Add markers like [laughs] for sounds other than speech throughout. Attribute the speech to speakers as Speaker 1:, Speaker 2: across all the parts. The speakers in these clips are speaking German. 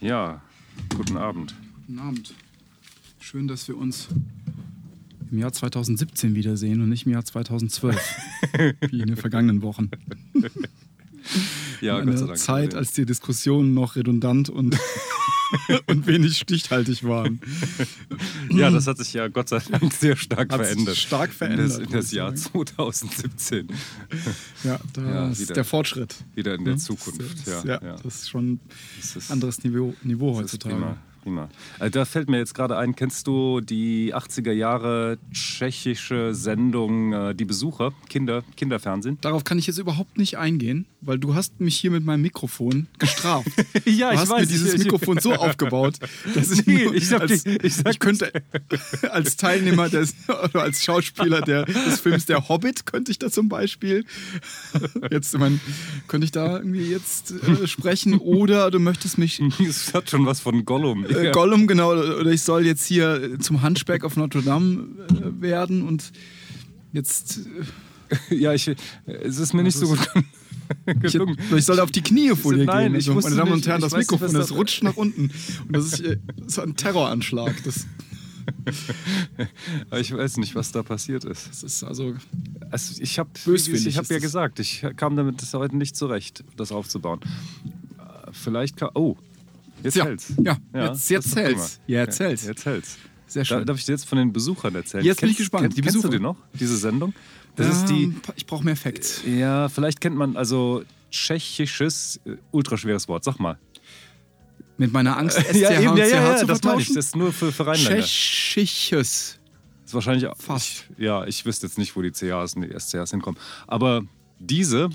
Speaker 1: Ja, guten Abend.
Speaker 2: Guten Abend. Schön, dass wir uns im Jahr 2017 wiedersehen und nicht im Jahr 2012,
Speaker 1: [laughs]
Speaker 2: wie in den vergangenen Wochen.
Speaker 1: Ja,
Speaker 2: in einer Zeit, als die Diskussionen noch
Speaker 1: [laughs]
Speaker 2: redundant und, und wenig stichhaltig waren.
Speaker 1: ja, das hat sich ja Gott sei Dank sehr stark
Speaker 2: Hat sich
Speaker 1: verändert.
Speaker 2: stark
Speaker 1: In
Speaker 2: verändert,
Speaker 1: das, in
Speaker 2: muss
Speaker 1: das
Speaker 2: ich
Speaker 1: Jahr
Speaker 2: sagen.
Speaker 1: 2017.
Speaker 2: Ja,
Speaker 1: Ja,
Speaker 2: das
Speaker 1: wieder.
Speaker 2: ist der Fortschritt.
Speaker 1: Wieder in der
Speaker 2: Ja,
Speaker 1: Zukunft.
Speaker 2: Das, ist-
Speaker 1: Ja, ja.
Speaker 2: Das ist schon
Speaker 1: Das ist-
Speaker 2: ein anderes Niveau, Niveau
Speaker 1: das ist
Speaker 2: heutzutage.
Speaker 1: prima. prima. Also da fällt mir jetzt gerade ein, kennst du die 80er Jahre tschechische Sendung äh, Die Besucher, Kinder, Kinderfernsehen? [laughs]
Speaker 2: Darauf kann ich jetzt überhaupt nicht eingehen, weil du hast mich hier mit meinem Mikrofon gestraft.
Speaker 1: [laughs] Ja,
Speaker 2: du
Speaker 1: ich
Speaker 2: hast
Speaker 1: weiß,
Speaker 2: mir dieses
Speaker 1: ich- ich-
Speaker 2: Mikrofon
Speaker 1: [laughs]
Speaker 2: so aufgebaut, dass ich,
Speaker 1: Nee,
Speaker 2: nur
Speaker 1: ich sag
Speaker 2: als,
Speaker 1: nicht, ich sag
Speaker 2: könnte [laughs] als Teilnehmer des, oder als Schauspieler der, des Films Der Hobbit könnte ich da zum Beispiel [laughs] jetzt, ich mein, könnte ich da irgendwie jetzt äh, sprechen oder du
Speaker 1: [laughs]
Speaker 2: möchtest mich
Speaker 1: Es hat schon was von Gollum.
Speaker 2: äh, Gollum, genau, oder ich soll jetzt hier äh, zum Hunchback of Notre Dame äh, werden und jetzt, äh,
Speaker 1: ja, ich, es ist mir nicht so gut [laughs]
Speaker 2: ich,
Speaker 1: gelungen.
Speaker 2: ich soll auf die Knie vor dir
Speaker 1: Nein,
Speaker 2: gehen.
Speaker 1: ich
Speaker 2: Also,
Speaker 1: wusste
Speaker 2: meine Damen
Speaker 1: nicht,
Speaker 2: und Herren,
Speaker 1: ich
Speaker 2: das
Speaker 1: weiß nicht,
Speaker 2: Mikrofon,
Speaker 1: was
Speaker 2: das
Speaker 1: da- [laughs]
Speaker 2: rutscht nach unten und das ist, äh, so ein Terroranschlag. Das,
Speaker 1: Aber ich weiß nicht, was da passiert ist.
Speaker 2: das ist also,
Speaker 1: Also ich habe
Speaker 2: Böswillig
Speaker 1: ich hab
Speaker 2: ist
Speaker 1: ja
Speaker 2: es.
Speaker 1: gesagt, ich kam damit das heute nicht zurecht, das aufzubauen. Äh, Vielleicht kann. Oh, jetzt
Speaker 2: Ja,
Speaker 1: hält's.
Speaker 2: ja,
Speaker 1: das
Speaker 2: jetzt- jetzt
Speaker 1: ist doch
Speaker 2: hält's.
Speaker 1: prima.
Speaker 2: Ja, jetzt hält's.
Speaker 1: Jetzt hält's.
Speaker 2: Sehr schön.
Speaker 1: Da, darf ich dir jetzt von den Besuchern erzählen?
Speaker 2: Jetzt bin ich
Speaker 1: Kennst-
Speaker 2: gespannt,
Speaker 1: Kennst,
Speaker 2: die
Speaker 1: kennst du
Speaker 2: Besucher.
Speaker 1: die noch, diese Sendung? Das ist die.
Speaker 2: Ähm, ich brauche mehr Facts.
Speaker 1: Ja, vielleicht kennt man also tschechisches, äh, ultraschweres Wort. Sag mal.
Speaker 2: Mit meiner
Speaker 1: [laughs]
Speaker 2: Angst, SCH und CH zu
Speaker 1: das meine ich.
Speaker 2: vertauschen.
Speaker 1: Das ist nur für, für Rheinländer.
Speaker 2: Tschechisches.
Speaker 1: Ist wahrscheinlich auch-
Speaker 2: Fast.
Speaker 1: Ich, ja, ich wüsste jetzt nicht, wo die CAs und die SCAs hinkommen. Aber diese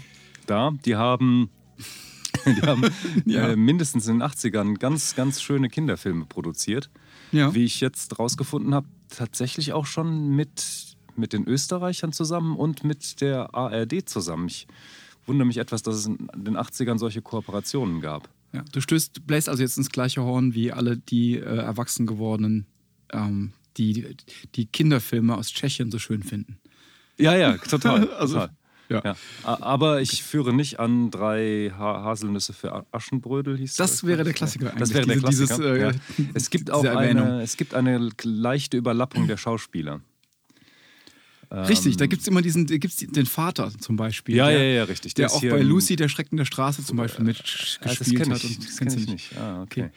Speaker 1: da, die haben, [laughs] die haben
Speaker 2: [laughs] Ja.
Speaker 1: äh, mindestens in den 80ern ganz, ganz schöne Kinderfilme produziert.
Speaker 2: Ja.
Speaker 1: Wie ich jetzt rausgefunden habe, tatsächlich auch schon mit, mit den Österreichern zusammen und mit der ARD zusammen. Ich wundere mich etwas, dass es in den 80ern solche Kooperationen gab.
Speaker 2: Ja, du stößt, bläst also jetzt ins gleiche Horn wie alle die äh, erwachsen gewordenen, ähm, die die Kinderfilme aus Tschechien so schön finden.
Speaker 1: Ja, ja, total.
Speaker 2: [laughs] Also,
Speaker 1: total.
Speaker 2: ja.
Speaker 1: A- Aber ich führe nicht an drei ha Haselnüsse für Aschenbrödel, hieß
Speaker 2: Das wäre der Klassiker
Speaker 1: Das
Speaker 2: eigentlich,
Speaker 1: wäre der
Speaker 2: diese-
Speaker 1: Klassiker.
Speaker 2: dieses,
Speaker 1: ja.
Speaker 2: äh,
Speaker 1: Es gibt
Speaker 2: diese
Speaker 1: auch
Speaker 2: Erwähnung.
Speaker 1: eine, es gibt eine leichte Überlappung der Schauspieler.
Speaker 2: Richtig, da gibt es immer diesen, da gibt's den Vater zum Beispiel.
Speaker 1: Ähm, Ja,
Speaker 2: der,
Speaker 1: ja, ja, richtig. Der
Speaker 2: Der,
Speaker 1: ist
Speaker 2: auch
Speaker 1: hier
Speaker 2: bei
Speaker 1: im-
Speaker 2: Lucy, der Schrecken der Straße zum Beispiel
Speaker 1: Ah, das
Speaker 2: mitgespielt
Speaker 1: kenne
Speaker 2: hat.
Speaker 1: ich,
Speaker 2: Und
Speaker 1: das
Speaker 2: kennst
Speaker 1: kenne
Speaker 2: du
Speaker 1: ich nicht. Ah, okay.
Speaker 2: Okay.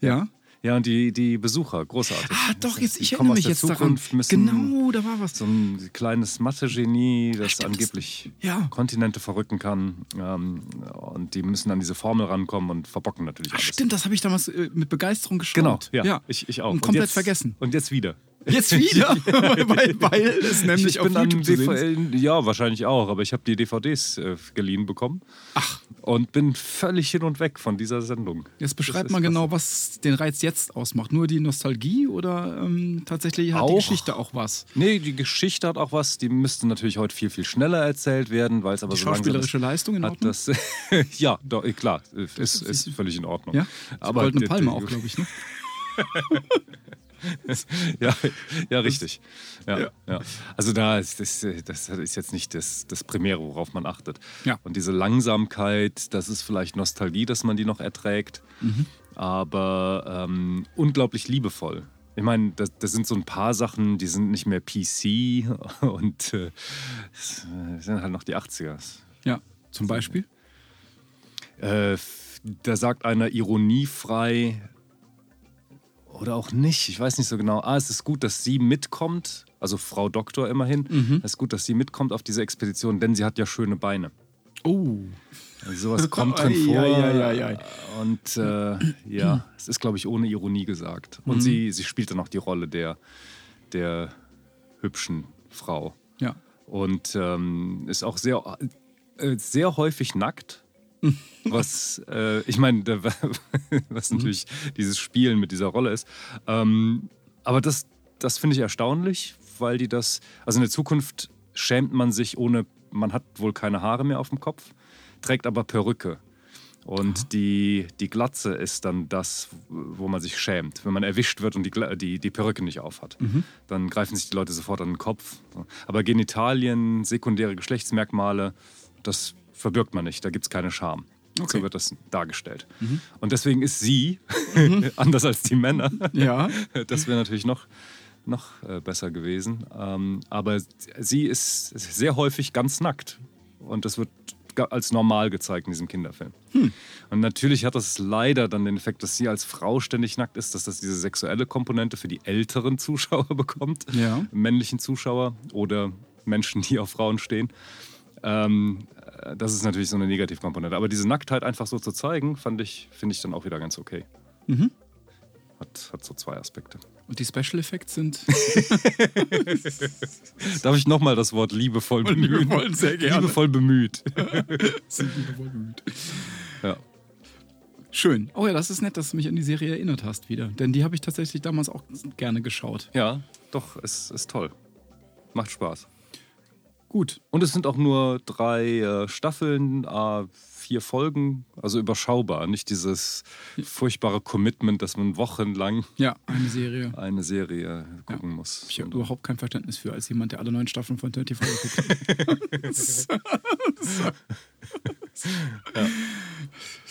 Speaker 2: Ja.
Speaker 1: Ja, und die, die Besucher, großartig.
Speaker 2: Ah, doch, jetzt, ich
Speaker 1: Die kommen
Speaker 2: erinnere
Speaker 1: aus
Speaker 2: mich
Speaker 1: der
Speaker 2: jetzt
Speaker 1: Zukunft,
Speaker 2: daran.
Speaker 1: Müssen
Speaker 2: Genau, da war was. Ah,
Speaker 1: So ein kleines Mathe-Genie, das
Speaker 2: stimmt, das-
Speaker 1: angeblich
Speaker 2: ja.
Speaker 1: Kontinente verrücken kann. Ähm, und die müssen an diese Formel rankommen und verbocken natürlich
Speaker 2: Ach,
Speaker 1: alles.
Speaker 2: stimmt, das habe ich damals äh, mit Begeisterung
Speaker 1: Genau,
Speaker 2: geschaut.
Speaker 1: ja, Ich, ich auch.
Speaker 2: Und komplett
Speaker 1: jetzt,
Speaker 2: vergessen.
Speaker 1: Und jetzt wieder.
Speaker 2: Jetzt
Speaker 1: [laughs]
Speaker 2: wieder, weil, weil es nämlich
Speaker 1: ich
Speaker 2: auf
Speaker 1: bin an
Speaker 2: YouTube zu sehen ist.
Speaker 1: DVD, ja, wahrscheinlich auch, aber ich habe die DVDs äh, geliehen bekommen. Ach. Und bin völlig hin und weg von dieser Sendung.
Speaker 2: Jetzt
Speaker 1: Das
Speaker 2: beschreibt
Speaker 1: ist
Speaker 2: mal
Speaker 1: krass.
Speaker 2: genau, was den Reiz jetzt ausmacht. Nur die Nostalgie oder ähm, tatsächlich hat die
Speaker 1: Auch.
Speaker 2: Geschichte auch was?
Speaker 1: Nee, die Geschichte hat auch was, die müsste natürlich heute viel, viel schneller erzählt werden, weil es aber
Speaker 2: Die
Speaker 1: so langsam
Speaker 2: schauspielerische
Speaker 1: ist,
Speaker 2: Leistung in
Speaker 1: hat
Speaker 2: Ordnung?
Speaker 1: Das, [laughs] ja, doch, eh, klar, ist, ist, völlig in Ordnung.
Speaker 2: Ja?
Speaker 1: aber
Speaker 2: Goldene
Speaker 1: die-
Speaker 2: Palme
Speaker 1: die-
Speaker 2: auch, glaube ich. Ne?
Speaker 1: [laughs] ja, ja, richtig. Ja, ja.
Speaker 2: Ja.
Speaker 1: Also da ist das, äh, das ist jetzt nicht das, das Primäre, worauf man achtet.
Speaker 2: Ja.
Speaker 1: Und diese Langsamkeit, das ist vielleicht Nostalgie, dass man die noch erträgt, aber ähm, unglaublich liebevoll. Ich meine, das, das sind so ein paar Sachen, die sind nicht mehr PC [laughs] und äh, es sind halt noch die 80er.
Speaker 2: ne? Ja, zum Beispiel.
Speaker 1: Äh, f- da sagt einer ironiefrei oder auch nicht, ich weiß nicht so genau. Ah, es ist gut, dass sie mitkommt, also Frau Doktor immerhin.
Speaker 2: Mhm.
Speaker 1: Es ist gut, dass sie mitkommt auf diese Expedition, denn sie hat ja schöne Beine.
Speaker 2: Oh,
Speaker 1: Also
Speaker 2: [laughs]
Speaker 1: sowas kommt drin
Speaker 2: Ei,
Speaker 1: vor.
Speaker 2: ei, ei, ei, ei.
Speaker 1: Und äh, ja, es ist, glaube ich, ohne Ironie gesagt.
Speaker 2: Mhm.
Speaker 1: Und sie, sie spielt dann auch die Rolle der, der hübschen Frau
Speaker 2: ja.
Speaker 1: und ähm, ist auch sehr, äh, sehr häufig nackt. Was, äh, ich meine, da- [laughs] was natürlich dieses Spielen mit dieser Rolle ist. Ähm, aber das, das finde ich erstaunlich, weil die das, also in der Zukunft schämt man sich ohne, man hat wohl keine Haare mehr auf dem Kopf, trägt aber Perücke. Und die, die Glatze ist dann das, wo man sich schämt. Wenn man erwischt wird und die, Gla- die, die Perücke nicht aufhat,
Speaker 2: Mhm.
Speaker 1: dann greifen sich die Leute sofort an den Kopf. Aber Genitalien, sekundäre Geschlechtsmerkmale, das verbirgt man nicht. Da gibt es keine Scham. So
Speaker 2: Okay. Mhm.
Speaker 1: wird das dargestellt. Und deswegen ist sie, [laughs] anders als die Männer,
Speaker 2: Ja.
Speaker 1: [laughs] das wäre natürlich noch, noch äh, besser gewesen. Ähm, aber sie ist sehr häufig ganz nackt. Und das wird ga- als normal gezeigt in diesem Kinderfilm. Und natürlich hat das leider dann den Effekt, dass sie als Frau ständig nackt ist, dass das diese sexuelle Komponente für die älteren Zuschauer [laughs] bekommt,
Speaker 2: Ja.
Speaker 1: männlichen Zuschauer oder Menschen, die auf Frauen stehen. Ähm, äh, das ist natürlich so eine Negativkomponente. Aber diese Nacktheit einfach so zu zeigen, fand ich, finde ich dann auch wieder ganz okay. Hat, hat so zwei Aspekte.
Speaker 2: Und die Special Effects
Speaker 1: [laughs]
Speaker 2: sind
Speaker 1: Darf ich nochmal das Wort liebevoll bemühen?
Speaker 2: liebevoll, [laughs] sehr gerne.
Speaker 1: Liebevoll bemüht. [laughs] Ja.
Speaker 2: schön. Oh ja, das ist nett, dass du mich an die Serie erinnert hast wieder. Denn die habe ich tatsächlich damals auch gerne geschaut.
Speaker 1: ja, doch, es ist toll. Macht Spaß.
Speaker 2: Gut.
Speaker 1: Und es sind auch nur drei äh, Staffeln, äh, vier Folgen, also überschaubar. Nicht dieses furchtbare Commitment, dass man wochenlang
Speaker 2: Ja, eine Serie.
Speaker 1: eine Serie gucken muss.
Speaker 2: Ich habe überhaupt kein Verständnis für, als jemand, der alle neun Staffeln von 30 geguckt hat.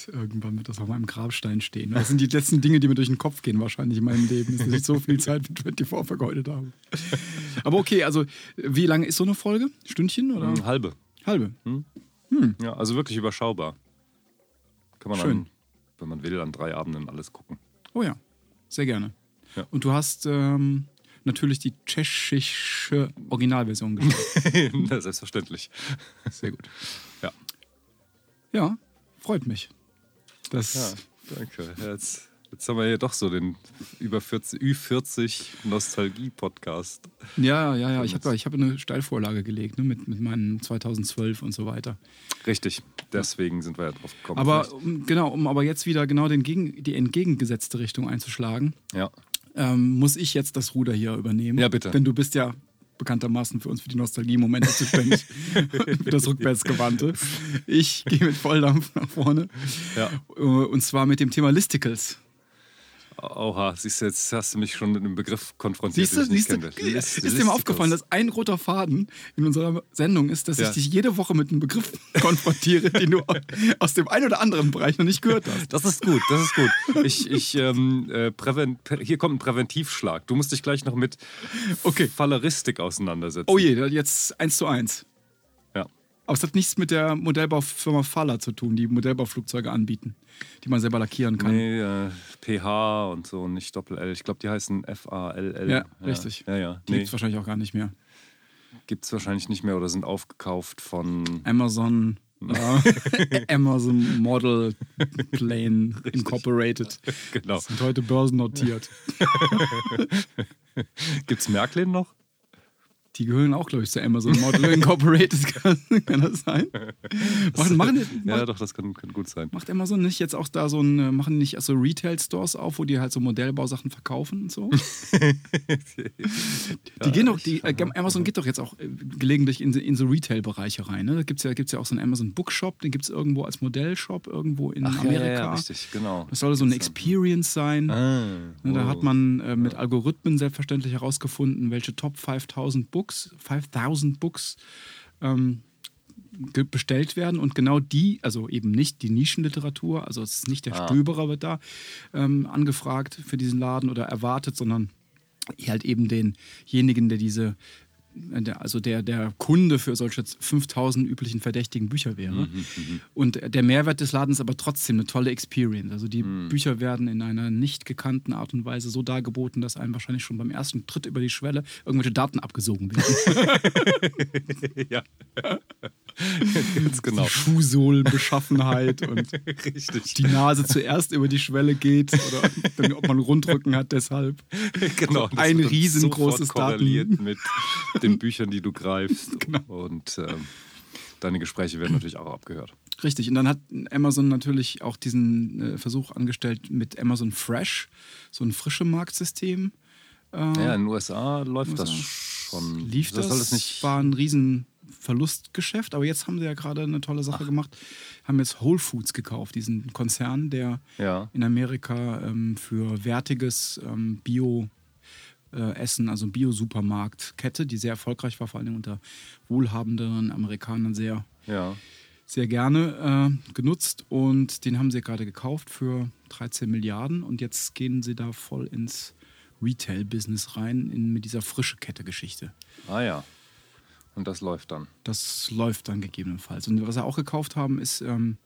Speaker 2: Irgendwann wird das auf meinem Grabstein stehen. Das sind die letzten Dinge, die mir durch den Kopf gehen, wahrscheinlich in meinem Leben, dass ich so viel Zeit mit 24 vergeudet habe. Aber okay, also wie lange ist so eine Folge? Stündchen oder?
Speaker 1: Mhm, Halbe.
Speaker 2: Halbe.
Speaker 1: Ja, also wirklich überschaubar. Kann man
Speaker 2: Schön.
Speaker 1: An, wenn man will, an drei Abenden alles gucken. [laughs]
Speaker 2: Oh ja, sehr gerne.
Speaker 1: Ja.
Speaker 2: Und du hast ähm, natürlich die tschechische Originalversion geschaut.
Speaker 1: Na, Selbstverständlich.
Speaker 2: Sehr gut.
Speaker 1: Ja.
Speaker 2: Ja, freut mich. Das
Speaker 1: Ja, danke. Jetzt, jetzt haben wir hier doch so den über 40, Ü40 Nostalgie-Podcast.
Speaker 2: Ja, ja, ja. Ich habe ich hab eine Steilvorlage gelegt ne, mit, mit meinen 2012 und so weiter.
Speaker 1: Richtig, deswegen sind wir ja drauf gekommen.
Speaker 2: Aber
Speaker 1: Vielleicht-
Speaker 2: um, genau, um aber jetzt wieder genau den gegen, die entgegengesetzte Richtung einzuschlagen,
Speaker 1: ja.
Speaker 2: ähm, muss ich jetzt das Ruder hier übernehmen.
Speaker 1: Ja, bitte.
Speaker 2: Denn du bist ja bekanntermaßen für uns für die Nostalgie-Momente [laughs] zuständig. für das Rückwärtsgewandte. Ich gehe mit Volldampf nach vorne.
Speaker 1: Ja.
Speaker 2: Äh, Und zwar mit dem Thema Listicles.
Speaker 1: Oha, siehst du, jetzt hast du mich schon mit einem Begriff konfrontiert,
Speaker 2: Siehst du,
Speaker 1: den ich
Speaker 2: siehst du,
Speaker 1: nicht kenne.
Speaker 2: ist dir mal aufgefallen, dass ein roter Faden in unserer Sendung ist, dass
Speaker 1: Ja.
Speaker 2: ich dich jede Woche mit einem Begriff [laughs] konfrontiere, den du aus dem einen oder anderen Bereich noch nicht gehört hast.
Speaker 1: Das ist gut, das ist gut. Ich, ich, ähm, äh, präven, prä- hier kommt ein Präventivschlag. Du musst dich gleich noch mit
Speaker 2: Okay.
Speaker 1: Falleristik auseinandersetzen.
Speaker 2: Oh je, jetzt eins zu eins.
Speaker 1: Ja.
Speaker 2: Aber es hat nichts mit der Modellbaufirma Faller zu tun, die Modellbauflugzeuge anbieten, die man selber lackieren kann.
Speaker 1: Nee, äh, PH und so, nicht Doppel-L. Ich glaube, die heißen F-A-L-L.
Speaker 2: Ja, richtig.
Speaker 1: Ja, ja.
Speaker 2: Die
Speaker 1: Nee,
Speaker 2: gibt es wahrscheinlich auch gar nicht mehr.
Speaker 1: gibt es wahrscheinlich nicht mehr oder sind aufgekauft [laughs] von.
Speaker 2: Amazon. ja. Amazon Model
Speaker 1: [laughs]
Speaker 2: Plane Incorporated.
Speaker 1: Genau.
Speaker 2: Sind heute börsennotiert.
Speaker 1: Gibt es Märklin noch?
Speaker 2: Die gehören auch, glaube ich, zu Amazon
Speaker 1: [laughs]
Speaker 2: Model Incorporated. [laughs] Kann, kann das sein?
Speaker 1: [laughs]
Speaker 2: Machen, machen,
Speaker 1: Ja,
Speaker 2: macht,
Speaker 1: doch, das kann, kann gut sein.
Speaker 2: macht Amazon nicht jetzt auch da so ein, äh, machen nicht so Retail-Stores auf, wo die halt so Modellbausachen verkaufen
Speaker 1: [laughs]
Speaker 2: und so? die gehen doch, die, äh, Amazon geht doch jetzt auch äh, gelegentlich in, so- in so Retail-Bereiche rein. Ne? Da gibt es ja, gibt's ja auch so einen Amazon Bookshop, den gibt es irgendwo als Modellshop irgendwo in
Speaker 1: Ach,
Speaker 2: Amerika.
Speaker 1: Ja, ja, ja, richtig, genau. [laughs]
Speaker 2: Das soll so eine Experience sein.
Speaker 1: Ah,
Speaker 2: Ne, Da
Speaker 1: wow.
Speaker 2: hat man äh, mit Algorithmen selbstverständlich herausgefunden, welche Top 5000 Books, 5000 Books ähm, ge- bestellt werden und genau die, also eben nicht die Nischenliteratur, also es ist nicht der
Speaker 1: Ah.
Speaker 2: Stöberer wird da ähm, angefragt für diesen Laden oder erwartet, sondern halt eben denjenigen, der diese der, also der, der Kunde für solche 5000 üblichen verdächtigen Bücher wäre.
Speaker 1: Mhm,
Speaker 2: Und der Mehrwert des Ladens ist aber trotzdem eine tolle Experience. Also die
Speaker 1: Mhm.
Speaker 2: Bücher werden in einer nicht gekannten Art und Weise so dargeboten, dass einem wahrscheinlich schon beim ersten Tritt über die Schwelle irgendwelche Daten abgesogen werden.
Speaker 1: ja. [laughs] Ganz genau.
Speaker 2: Die Schuhsohlenbeschaffenheit und
Speaker 1: Richtig.
Speaker 2: die Nase zuerst über die Schwelle geht oder dann, ob man Rundrücken hat deshalb.
Speaker 1: [laughs] genau. das
Speaker 2: ein
Speaker 1: wird dann
Speaker 2: riesengroßes
Speaker 1: sofort [laughs] korreliert mit den Büchern, die du [laughs] greifst. Und ähm, deine Gespräche werden natürlich auch abgehört.
Speaker 2: Richtig, und dann hat Amazon natürlich auch diesen äh, Versuch angestellt mit Amazon Fresh, so ein frische Marktsystem.
Speaker 1: Ja, in den Ah. USA läuft das
Speaker 2: USA.
Speaker 1: schon.
Speaker 2: Lief das?
Speaker 1: Soll Hm. das nicht
Speaker 2: war ein riesen Verlustgeschäft, aber jetzt haben sie ja gerade eine tolle Sache gemacht, haben jetzt Whole Foods gekauft, diesen Konzern, der
Speaker 1: Ja.
Speaker 2: in Amerika ähm, für wertiges ähm, Bio äh, Essen, also Bio-Supermarktkette, die sehr erfolgreich war, vor allem unter wohlhabenderen Amerikanern sehr
Speaker 1: ja.
Speaker 2: sehr gerne äh, genutzt und den haben sie gerade gekauft für 13 Milliarden und jetzt gehen sie da voll ins Retail-Business rein in, mit dieser frische Kette-Geschichte.
Speaker 1: Ah ja. Und das läuft dann.
Speaker 2: Das läuft dann gegebenenfalls. Und was sie auch gekauft haben, ist ähm,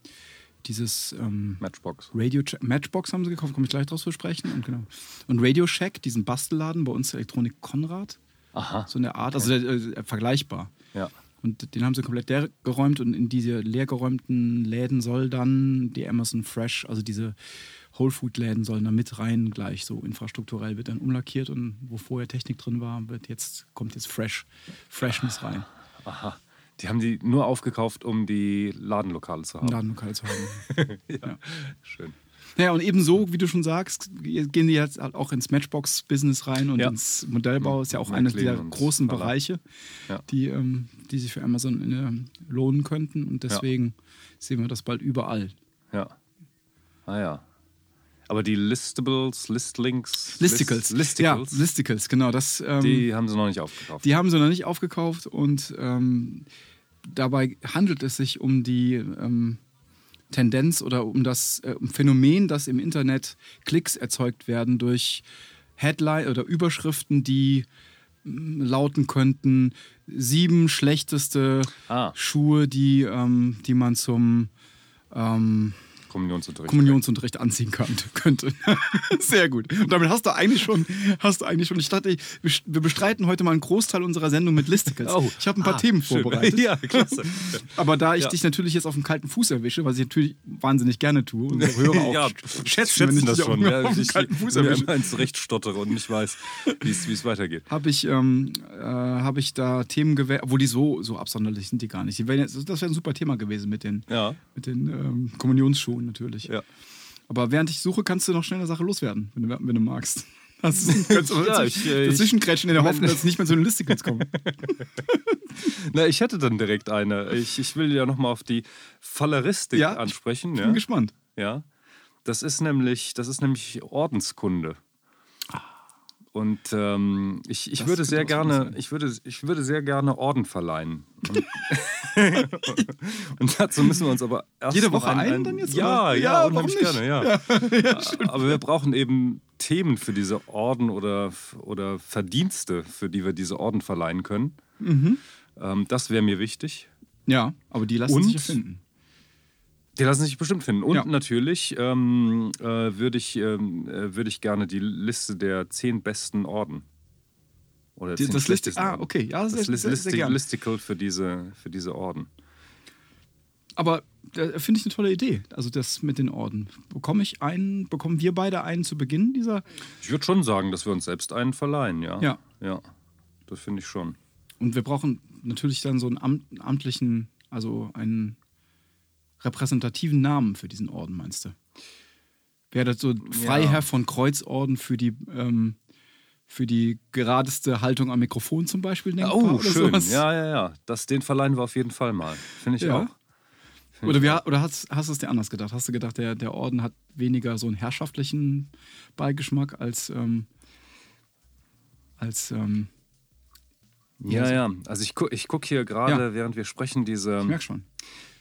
Speaker 2: dieses ähm,
Speaker 1: Matchbox.
Speaker 2: Radio Ch- Matchbox haben sie gekauft, komme ich gleich drauf zu sprechen. Und, genau. und Radio Shack, diesen Bastelladen bei uns Elektronik Konrad,
Speaker 1: Aha.
Speaker 2: so eine Art, also äh, vergleichbar.
Speaker 1: Ja.
Speaker 2: Und den haben sie komplett leer geräumt und in diese leergeräumten Läden soll dann die Amazon Fresh, also diese Whole Food Läden sollen da mit rein gleich so infrastrukturell wird dann umlackiert und wo vorher Technik drin war, wird jetzt kommt jetzt Fresh Freshness rein.
Speaker 1: Aha. Die haben die nur aufgekauft, um die Ladenlokale zu haben.
Speaker 2: Ein Ladenlokal um zu haben.
Speaker 1: ja. Schön.
Speaker 2: Naja, und ebenso, wie du schon sagst, gehen die jetzt halt auch ins Matchbox-Business rein und
Speaker 1: Ja.
Speaker 2: ins Modellbau. Ist ja auch
Speaker 1: Märklin
Speaker 2: eines dieser
Speaker 1: und
Speaker 2: großen
Speaker 1: Verlag.
Speaker 2: Bereiche,
Speaker 1: Ja.
Speaker 2: die, ähm, die sich für Amazon äh, lohnen könnten. Und deswegen sehen wir das bald überall.
Speaker 1: Ja. Ah ja. Aber die Listables, Listlinks.
Speaker 2: Listicles.
Speaker 1: List,
Speaker 2: Ja,
Speaker 1: Listicles.
Speaker 2: Listicles, genau. Das, ähm, die,
Speaker 1: die haben sie noch nicht aufgekauft.
Speaker 2: haben sie noch nicht aufgekauft und ähm, dabei handelt es sich um die ähm, Tendenz oder um das äh, um Phänomen, dass im Internet Klicks erzeugt werden durch Headline oder Überschriften, die ähm, lauten könnten sieben schlechteste
Speaker 1: Ah.
Speaker 2: Schuhe, die, ähm, die man zum ähm,
Speaker 1: Kommunionsunterricht.
Speaker 2: Kommunionsunterricht anziehen kann, [laughs] könnte. Sehr gut. Und damit hast du eigentlich schon, hast du eigentlich schon. Ich dachte, ich- wir bestreiten heute mal einen Großteil unserer Sendung mit Listicles. ich habe ein paar
Speaker 1: ah,
Speaker 2: Themen
Speaker 1: schön.
Speaker 2: vorbereitet.
Speaker 1: [laughs] ja, klasse.
Speaker 2: Aber da ich
Speaker 1: Ja.
Speaker 2: dich natürlich jetzt auf dem kalten Fuß erwische, was ich natürlich wahnsinnig gerne tue, und unsere
Speaker 1: [laughs]
Speaker 2: Hörer auch
Speaker 1: ja,
Speaker 2: sch-
Speaker 1: schätzen,
Speaker 2: wenn ich
Speaker 1: schätzen das
Speaker 2: dich
Speaker 1: schon.
Speaker 2: auf,
Speaker 1: Ja,
Speaker 2: auf dem
Speaker 1: ich
Speaker 2: kalten Fuß
Speaker 1: mir
Speaker 2: erwische,
Speaker 1: immer ins Recht stottere und nicht weiß, wie es wie es weitergeht.
Speaker 2: habe ich, ähm, äh, hab ich da Themen gewählt, obwohl die so, so absonderlich sind die gar nicht. Die wären jetzt, das wäre ein super Thema gewesen mit den,
Speaker 1: Ja.
Speaker 2: mit den ähm, Kommunionsschuhen natürlich.
Speaker 1: Ja.
Speaker 2: Aber während ich suche, kannst du noch schnell eine Sache loswerden, wenn du, wenn du magst. [laughs]
Speaker 1: [laughs]
Speaker 2: Das ist, kannst du
Speaker 1: Ja,
Speaker 2: dazwischen-
Speaker 1: ich, äh, ich-
Speaker 2: dazwischengrätschen in der Hoffnung, dass es nicht mehr zu den Listicles kommt.
Speaker 1: [laughs] Na, ich hätte dann direkt eine. Ich, ich will ja nochmal auf die Falleristik
Speaker 2: Ja, ich
Speaker 1: ansprechen.
Speaker 2: Ich
Speaker 1: Ja.
Speaker 2: bin gespannt.
Speaker 1: Ja. Das ist nämlich, das ist nämlich Ordenskunde. Und ähm, ich, ich
Speaker 2: Das
Speaker 1: würde
Speaker 2: könnte
Speaker 1: sehr
Speaker 2: was Gutes
Speaker 1: gerne,
Speaker 2: sein.
Speaker 1: ich würde, ich würde sehr gerne Orden verleihen. Und, [laughs] und dazu müssen wir uns aber erst
Speaker 2: Jede
Speaker 1: noch
Speaker 2: Woche einen dann jetzt,
Speaker 1: Ja,
Speaker 2: oder?
Speaker 1: ja,
Speaker 2: Ja,
Speaker 1: unheimlich
Speaker 2: warum nicht?
Speaker 1: gerne, ja.
Speaker 2: [laughs]
Speaker 1: aber wir brauchen eben Themen für diese Orden oder, oder Verdienste, für die wir diese Orden verleihen können.
Speaker 2: Mhm.
Speaker 1: Ähm, das wäre mir wichtig.
Speaker 2: Ja, aber die lassen
Speaker 1: Und?
Speaker 2: sich ja finden.
Speaker 1: Die lassen sich bestimmt finden. Und
Speaker 2: Ja.
Speaker 1: natürlich ähm, äh, würde ich, ähm, äh, würde ich gerne die Liste der zehn besten Orden. Oder
Speaker 2: Die-
Speaker 1: zehn
Speaker 2: das Listi-
Speaker 1: schlechtesten
Speaker 2: ah,
Speaker 1: Orden.
Speaker 2: okay. Ja,
Speaker 1: das
Speaker 2: sehr-
Speaker 1: Lis-
Speaker 2: sehr- sehr
Speaker 1: Listi-
Speaker 2: gerne.
Speaker 1: Listicle für diese, für diese Orden.
Speaker 2: Aber äh, finde ich eine tolle Idee. Also das mit den Orden. Bekomme ich einen, bekommen wir beide einen zu Beginn dieser?
Speaker 1: Ich würde schon sagen, dass wir uns selbst einen verleihen, ja.
Speaker 2: Ja.
Speaker 1: ja. Das finde ich schon.
Speaker 2: Und wir brauchen natürlich dann so einen amt, amtlichen, also einen repräsentativen Namen für diesen Orden, meinst du? Wäre das so Freiherr von Kreuzorden für die, ähm, für die geradeste Haltung am Mikrofon zum Beispiel denkbar?
Speaker 1: Oh,
Speaker 2: oder
Speaker 1: schön.
Speaker 2: sowas?
Speaker 1: Ja, ja, ja. Das, den verleihen wir auf jeden Fall mal. Finde ich
Speaker 2: Ja.
Speaker 1: auch.
Speaker 2: Oder, wir, oder hast, hast du es dir anders gedacht? Hast du gedacht, der, der Orden hat weniger so einen herrschaftlichen Beigeschmack als, ähm, als ähm,
Speaker 1: Ja, ja. Also ich, gu ich gucke hier gerade,
Speaker 2: Ja.
Speaker 1: während wir sprechen, diese.
Speaker 2: ich merk schon.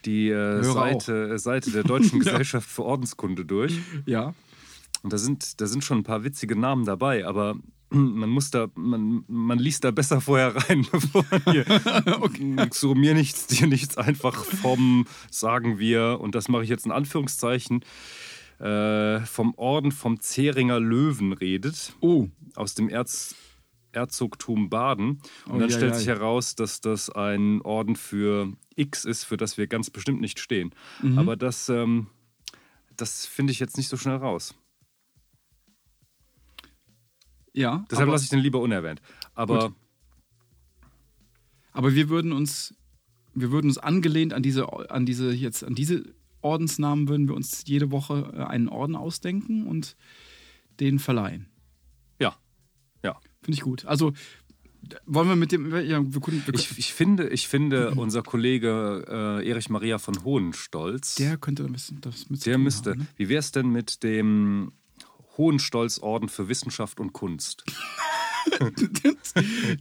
Speaker 1: die äh,
Speaker 2: Hörer
Speaker 1: Seite, äh, Seite der
Speaker 2: [laughs]
Speaker 1: Deutschen Gesellschaft für Ordenskunde durch.
Speaker 2: Ja.
Speaker 1: Und da sind, da sind schon ein paar witzige Namen dabei, aber [clears throat] man muss da, man, man liest da besser vorher rein, [laughs] bevor man
Speaker 2: [laughs]
Speaker 1: hier [laughs] so mir nichts, dir nichts einfach vom sagen wir, und das mache ich jetzt in Anführungszeichen, äh, vom Orden vom Zeringer Löwen redet
Speaker 2: Oh,
Speaker 1: aus dem Erz Herzogtum Baden. Und
Speaker 2: Oh,
Speaker 1: dann
Speaker 2: ja,
Speaker 1: stellt
Speaker 2: ja.
Speaker 1: sich heraus, dass das ein Orden für X ist, für das wir ganz bestimmt nicht stehen.
Speaker 2: Mhm.
Speaker 1: Aber das, ähm, das finde ich jetzt nicht so schnell raus.
Speaker 2: ja.
Speaker 1: Deshalb
Speaker 2: aber-
Speaker 1: lasse ich den lieber unerwähnt. Aber
Speaker 2: Aber wir würden uns, wir würden uns angelehnt an diese, an diese jetzt, an diese Ordensnamen würden wir uns jede Woche äh, einen Orden ausdenken und den verleihen.
Speaker 1: ja. ja.
Speaker 2: Finde ich gut. Also d- wollen wir mit dem, ja, wir können, wir
Speaker 1: Ich, ich finde, ich finde unser Kollege äh, Erich Maria von Hohenstolz,
Speaker 2: der könnte ein bisschen das mit zu
Speaker 1: der
Speaker 2: tun
Speaker 1: müsste.
Speaker 2: Haben, ne?
Speaker 1: Wie wäre es denn mit dem Hohenstolz-Orden für Wissenschaft und Kunst?